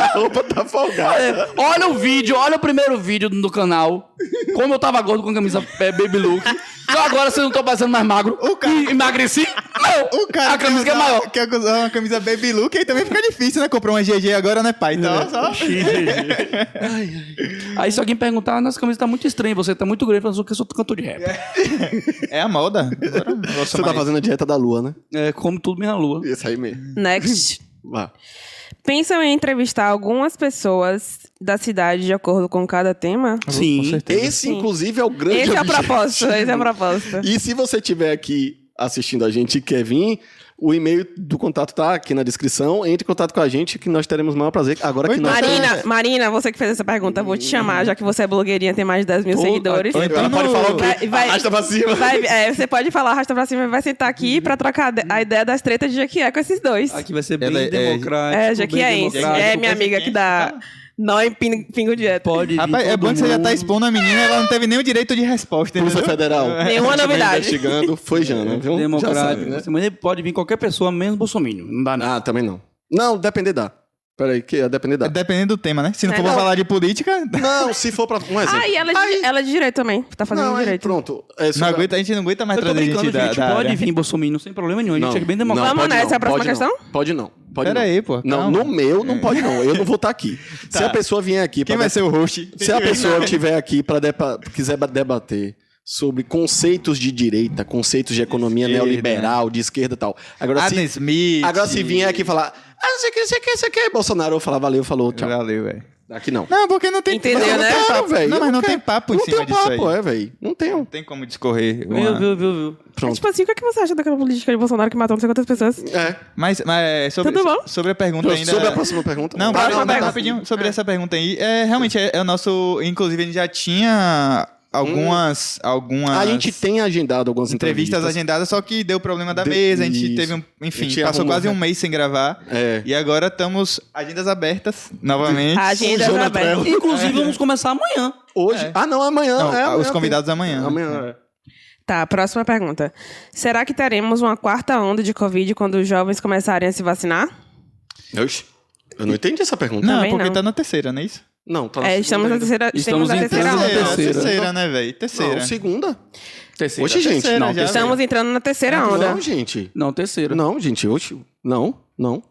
S1: A roupa tá folgada.
S3: É, Olha o vídeo, olha o primeiro vídeo do canal. Como eu tava gordo com a camisa é, baby look. E agora vocês não estão parecendo mais magro.
S4: O cara-
S3: E emagreci? Não.
S4: O cara
S3: a camisa que
S4: quer
S3: é
S4: usar-
S3: maior.
S4: Quer usar uma camisa baby look, aí também fica difícil, né? Comprou uma GG agora, né, pai? Então, só...
S3: Aí se alguém perguntar, nossa camisa tá muito estranha, você tá muito grande, eu falo que eu sou cantor de rap.
S4: É a moda. Agora, nossa,
S1: Você tá
S4: mas-
S1: fazendo a dieta da lua, né?
S3: É, como tudo bem na lua.
S1: Isso aí mesmo.
S2: Next.
S1: Vá.
S2: Pensam em entrevistar algumas pessoas da cidade de acordo com cada tema?
S3: Sim.
S1: Esse, inclusive, é o grande
S2: Esse é a
S1: objetivo.
S2: proposta, esse é a proposta.
S1: E se você estiver aqui assistindo a gente e quer vir, o e-mail do contato tá aqui na descrição. Entre em contato com a gente que nós teremos o maior prazer. Agora que
S4: Muito
S1: nós
S4: bem.
S2: Marina, Marina, você que fez essa pergunta,
S3: Hum.
S2: vou te chamar, já que você é blogueirinha, tem mais de 10 mil
S3: Pô,
S2: seguidores.
S4: Ou então
S1: Ela pode
S4: no-
S1: falar o quê?
S2: Vai- vai-
S1: Arrasta pra cima.
S2: Vai- é, você pode falar, arrasta pra cima e vai sentar aqui pra trocar a de- a ideia das tretas de Jequié com esses dois.
S3: Aqui vai ser bem
S4: Ela é- é-
S3: democrático.
S2: É,
S3: bem
S2: Jequiéense.
S3: democrático.
S2: É minha amiga que dá nó em pin- pingo de dieta.
S3: Pode vir
S4: Rapaz, é
S3: todo
S4: bom que você já tá
S3: mundo.
S4: expondo a menina, ela não teve nem o direito de resposta,
S1: Polícia
S4: entendeu?
S1: né? Federal.
S2: Nenhuma
S1: Estiver
S2: novidade.
S1: investigando, foi Jana, viu? Já sabe,
S3: Democrático.
S1: né?
S3: Você- Mas pode vir qualquer pessoa, menos Bolsonaro. Não dá nada.
S1: Ah, também não. Não, depender dá. Peraí, que é depender dá.
S4: Dependendo do tema, né? Se não
S2: É,
S4: for pra
S2: não.
S4: falar de política,
S1: Não, se for pra. Um exemplo.
S2: Ah, e ela é, de, ela é de direito também. Tá fazendo
S1: não, aí
S2: direito.
S1: pronto. É sobre-
S4: não aguenta, a gente não aguenta mais
S3: Eu tô
S4: trazer
S3: brincando,
S4: gente
S3: gente.
S4: da, da
S3: pode
S4: área.
S3: vir Bolsonaro sem problema nenhum. A gente é bem
S1: não,
S3: democrático.
S2: Vamos
S1: pode
S2: nessa,
S1: não,
S2: a próxima
S1: pode
S2: questão?
S1: Não, pode não. Pode
S4: Pera
S1: não.
S4: aí, pô,
S1: Não, no
S4: calma.
S1: meu não pode não. Eu não vou estar aqui. Se a pessoa vier aqui
S4: Quem
S1: pra
S4: vai ser o host?
S1: Se a pessoa estiver aqui para quiser ba- debater sobre conceitos de direita, conceitos de economia
S4: esquerda.
S1: neoliberal, de esquerda e tal. Agora,
S4: Adam
S1: se, é
S4: Smith.
S1: "Ah, agora se vier aqui falar, ah, não sei o que, não sei o que, não sei o que, Bolsonaro, eu vou falar, valeu, falou, tchau.
S4: Valeu, velho.
S1: Aqui não.
S4: Não, porque não tem
S2: Entendeu,
S4: não
S2: né?
S4: tem
S1: Não,
S4: papo,
S1: velho,
S4: Não, mas
S1: não
S4: não
S1: quer-
S4: tem papo em
S1: Não tem
S4: cima
S1: o
S4: disso aí.
S1: papo, é, velho. Não
S4: Não
S1: tem.
S4: tem como discorrer.
S3: Viu,
S4: uma-
S3: viu, viu, viu.
S2: É
S1: Pronto.
S2: tipo assim, o que é que você acha daquela política de Bolsonaro que matou não sei quantas pessoas?
S1: É.
S4: Mas, mas é, sobre,
S3: Então tá
S2: Tudo bom?
S4: sobre a pergunta ainda.
S1: Então,
S4: é.
S1: Sobre a próxima pergunta.
S4: Não,
S1: Ah,
S4: para só
S1: tá.
S4: pegar rapidinho sobre essa pergunta aí. É, realmente, é, é o nosso. Inclusive, a gente já tinha algumas. algumas
S1: Hum. A gente tem agendado algumas
S4: entrevistas
S1: entrevistas.
S4: agendadas, só que deu problema da
S1: Deu-
S4: mesa. A gente
S1: isso.
S4: teve um. Enfim,
S1: A gente
S4: passou
S1: arrumou,
S4: quase um
S1: né?
S4: mês sem gravar.
S1: É.
S4: E agora estamos. Agendas abertas, novamente.
S2: Agenda
S1: Jonathan É.
S2: aberta.
S1: Bell.
S3: é Inclusive, vamos começar amanhã.
S1: Hoje. Ah, não, amanhã.
S4: Não,
S1: é,
S4: ah, os
S1: amanhã
S4: convidados
S1: tem.
S4: amanhã.
S1: Amanhã. é.
S2: Tá, próxima pergunta. Será que teremos uma quarta onda de Covid quando os jovens começarem a se vacinar?
S1: Oxi. é. Eu não entendi essa pergunta.
S4: É. Não,
S2: Também
S4: porque
S2: não.
S4: tá na terceira, não é isso?
S1: Não, tá
S2: É, estamos na terceira,
S3: Estamos
S2: estamos na
S3: em
S2: terceira
S3: trânsito.
S2: onda.
S3: terceira.
S4: terceira, né, velho? Terceira.
S1: Não, segunda.
S3: Terceira.
S1: Oxe, gente.
S4: Terceira,
S3: não,
S4: já,
S3: terceira.
S2: Estamos entrando na terceira onda.
S1: Não, gente.
S3: Não, terceira.
S1: Não, gente. Oxi. Não, não.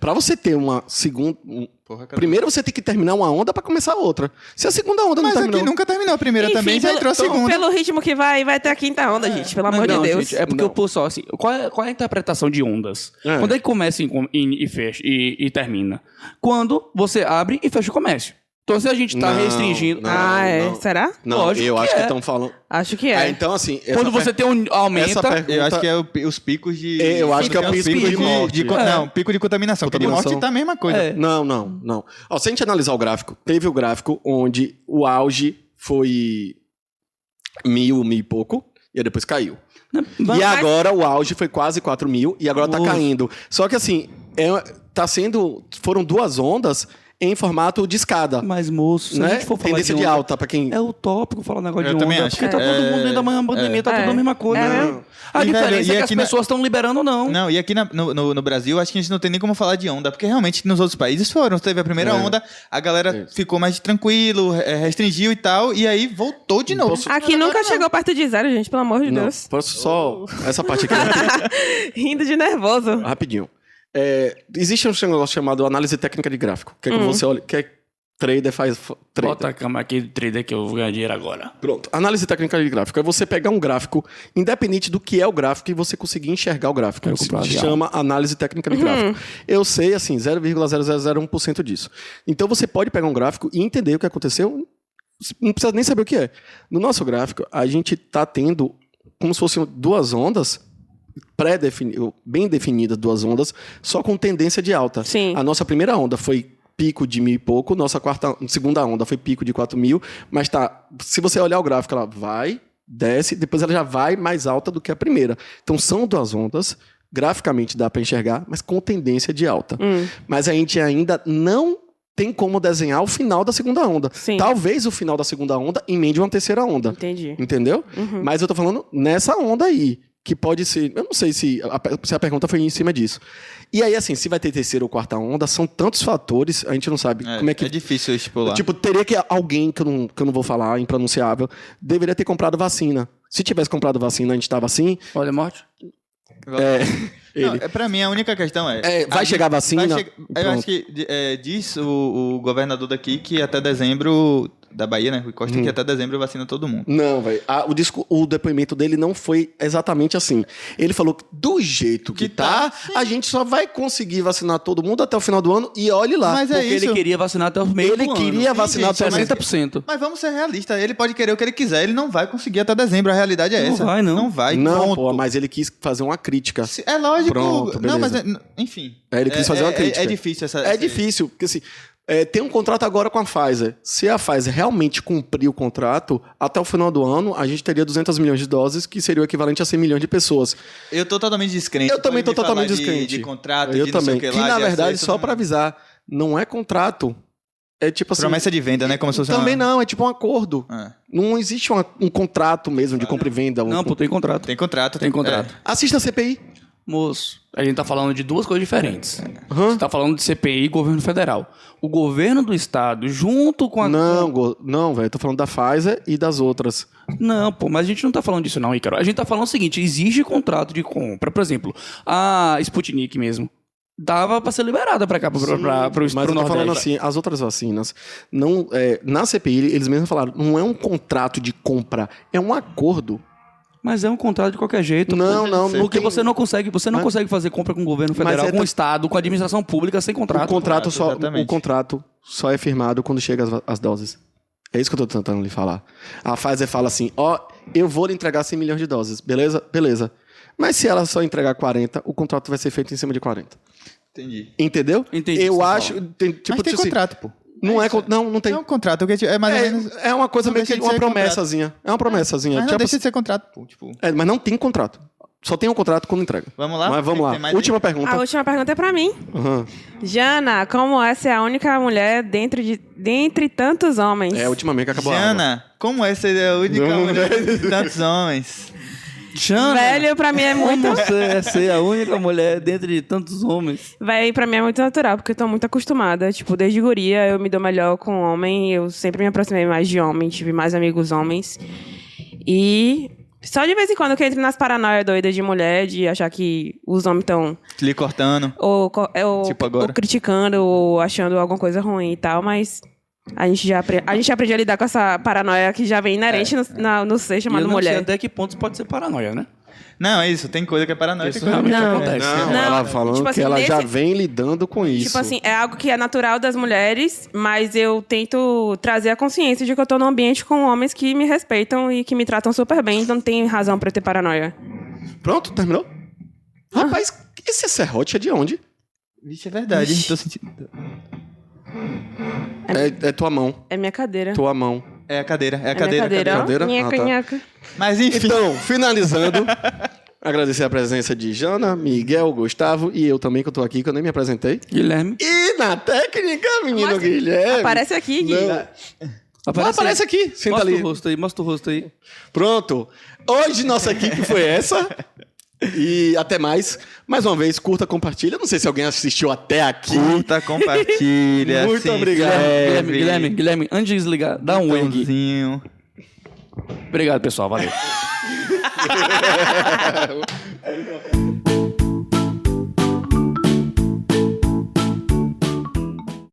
S1: Pra você ter uma segunda. um-
S4: Porra, cadê?
S1: Primeiro você tem que terminar uma onda pra começar outra. Se a segunda onda
S4: Mas
S3: é
S1: não
S4: aqui
S1: terminou.
S4: nunca terminou a primeira também, já entrou a segunda.
S2: Pelo ritmo que vai, vai ter a quinta onda, gente. Pelo amor
S3: Não,
S2: de Deus.
S3: gente, é porque
S1: Não.
S3: o pessoal, assim, qual é, qual é a interpretação de ondas?
S1: É.
S3: Quando é que começa e, com- e- e fecha e, e termina? Quando você abre e fecha o comércio. Então, se a gente tá
S1: Não,
S3: restringindo.
S1: não.
S2: ah, é?
S1: não.
S2: Será?
S1: Não,
S3: Lógico
S1: eu
S3: que
S1: acho que
S3: é.
S1: estão falando.
S2: Acho que é.
S1: Ah, então, assim. essa
S3: Quando você tem um aumenta.
S1: Essa pergunta-
S4: Eu acho que é o- os picos de.
S1: É, eu acho que é o
S4: os
S1: pico
S4: picos
S1: de morte.
S4: de-
S3: É.
S4: Não, pico de contaminação. Porque de
S1: Contaminação.
S4: morte tá a mesma coisa.
S3: É.
S1: Não, não, não. Ó, se a gente analisar o gráfico, teve o gráfico onde o auge foi mil, mil e pouco, e aí depois caiu.
S3: Mas-
S1: e agora o auge foi quase 4 mil, e agora tá
S3: Ui.
S1: caindo. Só que assim, é, tá sendo. Foram duas ondas em formato de escada.
S3: Mas, moço, se
S1: né?
S3: a gente for falar
S1: Tendência de,
S3: onda,
S1: alta, pra quem.
S3: É utópico falar negócio
S4: Eu
S3: de
S4: também
S3: onda.
S4: acho.
S3: Porque tá todo
S4: É.
S3: mundo dentro da manhã, pandemia, tá
S2: É.
S3: tudo a mesma coisa.
S2: É
S3: né?
S2: mesmo?
S3: A
S4: E,
S3: diferença
S4: velho, e
S3: é que as
S4: aqui na-
S3: pessoas estão liberando ou não.
S4: Não, e aqui na- no, no- no Brasil, acho que a gente não tem nem como falar de onda, porque realmente nos outros países foram. Teve a primeira
S1: É.
S4: onda, a galera
S1: Isso.
S4: ficou mais tranquilo, é, restringiu e tal, e aí voltou de novo.
S2: Aqui nunca chegou perto de zero, gente, pelo amor de
S1: Não,
S2: Deus.
S1: posso só.
S3: Oh.
S1: Essa parte aqui rapidinho.
S2: Rindo de nervoso.
S1: rapidinho. É, existe um negócio chamado análise técnica de gráfico. Que é que
S2: Uhum.
S1: você olha. Que é trader faz. Trader.
S3: Hum. Bota a cama aqui de trader que eu vou ganhar dinheiro agora.
S1: Pronto. Análise técnica de gráfico é você pegar um gráfico, independente do que é o gráfico, e você conseguir enxergar o gráfico.
S3: Quero
S1: Isso
S3: comprar
S1: se
S3: avião.
S1: chama análise técnica de
S3: Uhum.
S1: gráfico. Eu sei, assim, 0,0001% disso. Então você pode pegar um gráfico e entender o que aconteceu. Não precisa nem saber o que é. No nosso gráfico, a gente está tendo como se fossem duas ondas pré-definidas, bem definidas duas ondas, só com tendência de alta.
S2: Sim.
S1: A nossa primeira onda foi pico de mil e pouco, nossa quarta, segunda onda foi pico de quatro mil, mas tá, se você olhar o gráfico, ela vai, desce, depois ela já vai mais alta do que a primeira. Então são duas ondas, graficamente dá para enxergar, mas com tendência de alta.
S2: Hum,
S1: Mas a gente ainda não tem como desenhar o final da segunda onda.
S2: sim.
S1: Talvez o final da segunda onda emende uma terceira onda,
S2: Entendi.
S1: entendeu?
S2: Uhum.
S1: Mas eu tô falando nessa onda aí. Que pode ser. Eu não sei se a, pe- se a pergunta foi em cima disso. E aí, assim, se vai ter terceira ou quarta onda, são tantos fatores, a gente não sabe como é que.
S4: difícil estipular.
S1: tipo, teria que alguém, que eu, não, que eu não vou falar, impronunciável, deveria ter comprado vacina. Se tivesse comprado vacina, a gente tava assim.
S3: Olha, morte.
S1: É,
S4: Não,
S1: ele.
S4: é, pra mim, a única questão é...
S1: É, vai
S4: a-
S1: chegar a vacina?
S4: vai chegar- Eu
S1: Pronto.
S4: acho que de- é, diz o, o governador daqui que até dezembro, da Bahia, né, Rui Costa,
S1: Hum.
S4: que até dezembro vacina todo mundo.
S1: Não, velho. Ah, O, disco- o depoimento dele não foi exatamente assim. Ele falou que do jeito que,
S4: Que
S1: tá,
S4: tá,
S1: a gente só vai conseguir vacinar todo mundo até o final do ano e olhe lá.
S4: Mas é
S3: Porque
S4: isso.
S3: ele queria vacinar até o meio
S1: Ele
S3: do
S1: queria
S3: ano.
S1: vacinar
S4: gente,
S1: até o
S4: mas-
S1: final.
S3: 60%.
S4: Mas vamos ser realistas, ele pode querer o que ele quiser, ele não vai conseguir até dezembro, a realidade é
S3: Não
S4: essa.
S3: vai, não.
S4: Não vai,
S1: Não,
S4: ponto.
S1: pô, mas ele quis fazer uma crítica.
S4: Se- É lógico.
S1: Pronto,
S4: não, mas
S1: beleza.
S4: é- n- enfim.
S1: É, ele quis
S4: É-
S1: fazer uma
S4: é-
S1: crítica.
S4: É, difícil essa.
S1: É
S4: essa-
S1: difícil, porque assim, é, tem um contrato agora com a Pfizer. Se a Pfizer realmente cumprir o contrato, até o final do ano, a gente teria 200 milhões de doses, que seria o equivalente a 100 milhões de pessoas.
S4: Eu tô totalmente descrente.
S1: Eu também
S4: Pode
S1: tô
S4: me falar
S1: totalmente
S4: de-
S1: descrente.
S4: De contrato,
S1: Eu
S4: de Ah, não sei
S1: também.
S4: o
S1: Que,
S4: que, lá,
S1: na
S4: de né?
S1: verdade,
S4: acesso,
S1: só
S4: não-
S1: pra avisar, não é contrato. É tipo assim.
S4: Promessa de venda, né? Como se fosse
S1: também
S4: uma...
S1: não, é tipo um acordo.
S4: Ah,
S1: Não existe uma- um contrato mesmo de compra e venda. um
S3: Não, pô, tem contrato.
S4: tem contrato.
S3: Tem contrato.
S1: Assista a CPI.
S3: É, Moço, a gente tá falando de duas coisas diferentes.
S1: Hã?
S3: Você tá falando de CPI e governo federal. O governo do estado, junto com a.
S1: Não, go- não, velho. Eu tô falando da Pfizer e das outras.
S3: Não, pô, mas a gente não tá falando disso, não, Ícaro. A gente tá falando o seguinte: exige contrato de compra. Por exemplo, a Sputnik mesmo. Dava pra ser liberada pra cá, pra, pra, pra, pro,
S1: Mas eu
S3: pro
S1: tô
S3: Nordeste.
S1: falando assim, as outras vacinas, não, é, na CPI, eles mesmos falaram, não é um contrato de compra, é um acordo.
S3: Mas é um contrato de qualquer jeito.
S1: Não,
S3: pô.
S1: não, não
S3: Porque
S1: tem-
S3: você não consegue, você não
S1: Mas-
S3: consegue fazer compra com o governo
S1: Mas
S3: federal,
S1: é
S3: com
S1: tam-
S3: o estado, com a administração pública sem
S1: O
S3: contrato.
S1: contrato, só,
S4: exatamente.
S1: o contrato só é firmado quando chegam as, va- as doses. É isso que eu tô tentando lhe falar. A Pfizer fala assim: ó, eu vou lhe entregar 100 milhões de doses, beleza? Beleza. Mas se ela só entregar 40, o contrato vai ser feito em cima de 40.
S4: É, Entendi.
S1: Entendeu?
S3: Entendi o que
S1: Eu
S3: você tá
S1: acho. Tem, tipo,
S4: Mas tem
S1: assim,
S4: contrato, pô.
S1: não, é,
S4: isso.
S1: con- não, não tem.
S4: É um contrato, que é mais
S1: é,
S4: ou menos...
S1: é uma coisa
S4: não
S1: meio que
S4: deixa de
S1: uma
S4: ser contrato.
S1: promessazinha. É uma promessazinha.
S4: Mas não
S1: Tipo
S4: deixa de ser contrato, pô. Tipo,
S1: assim, é, mas não tem contrato. Só tem um contrato quando entrega.
S4: vamos lá?
S1: Mas vamos
S4: Tem-
S1: lá.
S4: tem mais
S1: Última
S2: A
S1: pergunta.
S2: última pergunta é pra mim.
S1: Aham.
S2: Jana, como é ser a única mulher dentro de, dentre tantos homens?
S1: É a última meia que acabou. a água.
S4: Jana, como é ser a única
S1: Não,
S4: mulher
S1: não.
S4: de tantos homens?
S3: Jana,
S2: Velho, pra mim é muito.
S3: como você é ser a única mulher dentre tantos homens?
S2: Véi, pra mim é muito natural, porque eu tô muito acostumada. Tipo, desde guria eu me dou melhor com homem. Eu sempre me aproximei mais de homem, tive mais amigos homens. E só de vez em quando que eu entro nas paranoias doidas de mulher, de achar que os homens estão
S4: Lhe cortando.
S2: ou, co- é, ou-
S4: Tipo agora.
S2: ou criticando ou achando alguma coisa ruim e tal, mas a gente já apre- a gente aprende a lidar com essa paranoia que já vem inerente no, na- no ser
S3: É. E eu
S2: chamado
S3: não sei
S2: mulher.
S3: até que ponto isso pode ser paranoia, né?
S4: Não, é isso. Tem coisa que é paranoia.
S3: Isso
S4: tem coisa que
S3: realmente
S2: Não.
S3: acontece.
S1: Não,
S2: Não,
S1: É, ela falando
S2: tipo
S1: que
S2: assim,
S1: ela já
S2: nesse-
S1: vem lidando com isso.
S2: Tipo assim, é algo que é natural das mulheres, mas eu tento trazer a consciência de que eu tô num ambiente com homens que me respeitam e que me tratam super bem, então não tem razão pra eu ter paranoia.
S1: Pronto, terminou? Rapaz, esse serrote é de onde?
S4: Vixe, é verdade.
S2: Vixe.
S4: Tô sentindo...
S1: É, é tua mão.
S2: É minha cadeira.
S1: Tua mão.
S4: É a cadeira, é a
S2: É
S4: cadeira.
S2: minha cadeira.
S4: a
S2: ó.
S1: cadeira?
S2: Nheca,
S1: Ah, tá.
S2: nheca.
S4: Mas enfim.
S1: Então, finalizando, agradecer a presença de Jana, Miguel, Gustavo e eu também que eu tô aqui, que eu nem me apresentei.
S3: Guilherme.
S1: E na técnica, menino
S2: Mas-
S1: Guilherme.
S2: Aparece aqui, Gui.
S1: Não. Aparece, aparece aqui,
S3: aí.
S1: senta
S3: Mostra
S1: ali.
S3: o rosto aí, mostra o rosto aí.
S1: Pronto. Hoje nossa equipe foi essa. E até mais. Mais uma vez, curta, compartilha. Não sei se alguém assistiu até aqui.
S4: Curta, compartilha. assim,
S1: Muito
S4: se
S1: obrigado.
S3: Guilherme,
S4: inscreve,
S3: Guilherme, Guilherme, antes de desligar, dá um
S1: Então,
S3: wing.
S4: botãozinho.
S3: Obrigado, pessoal. Valeu.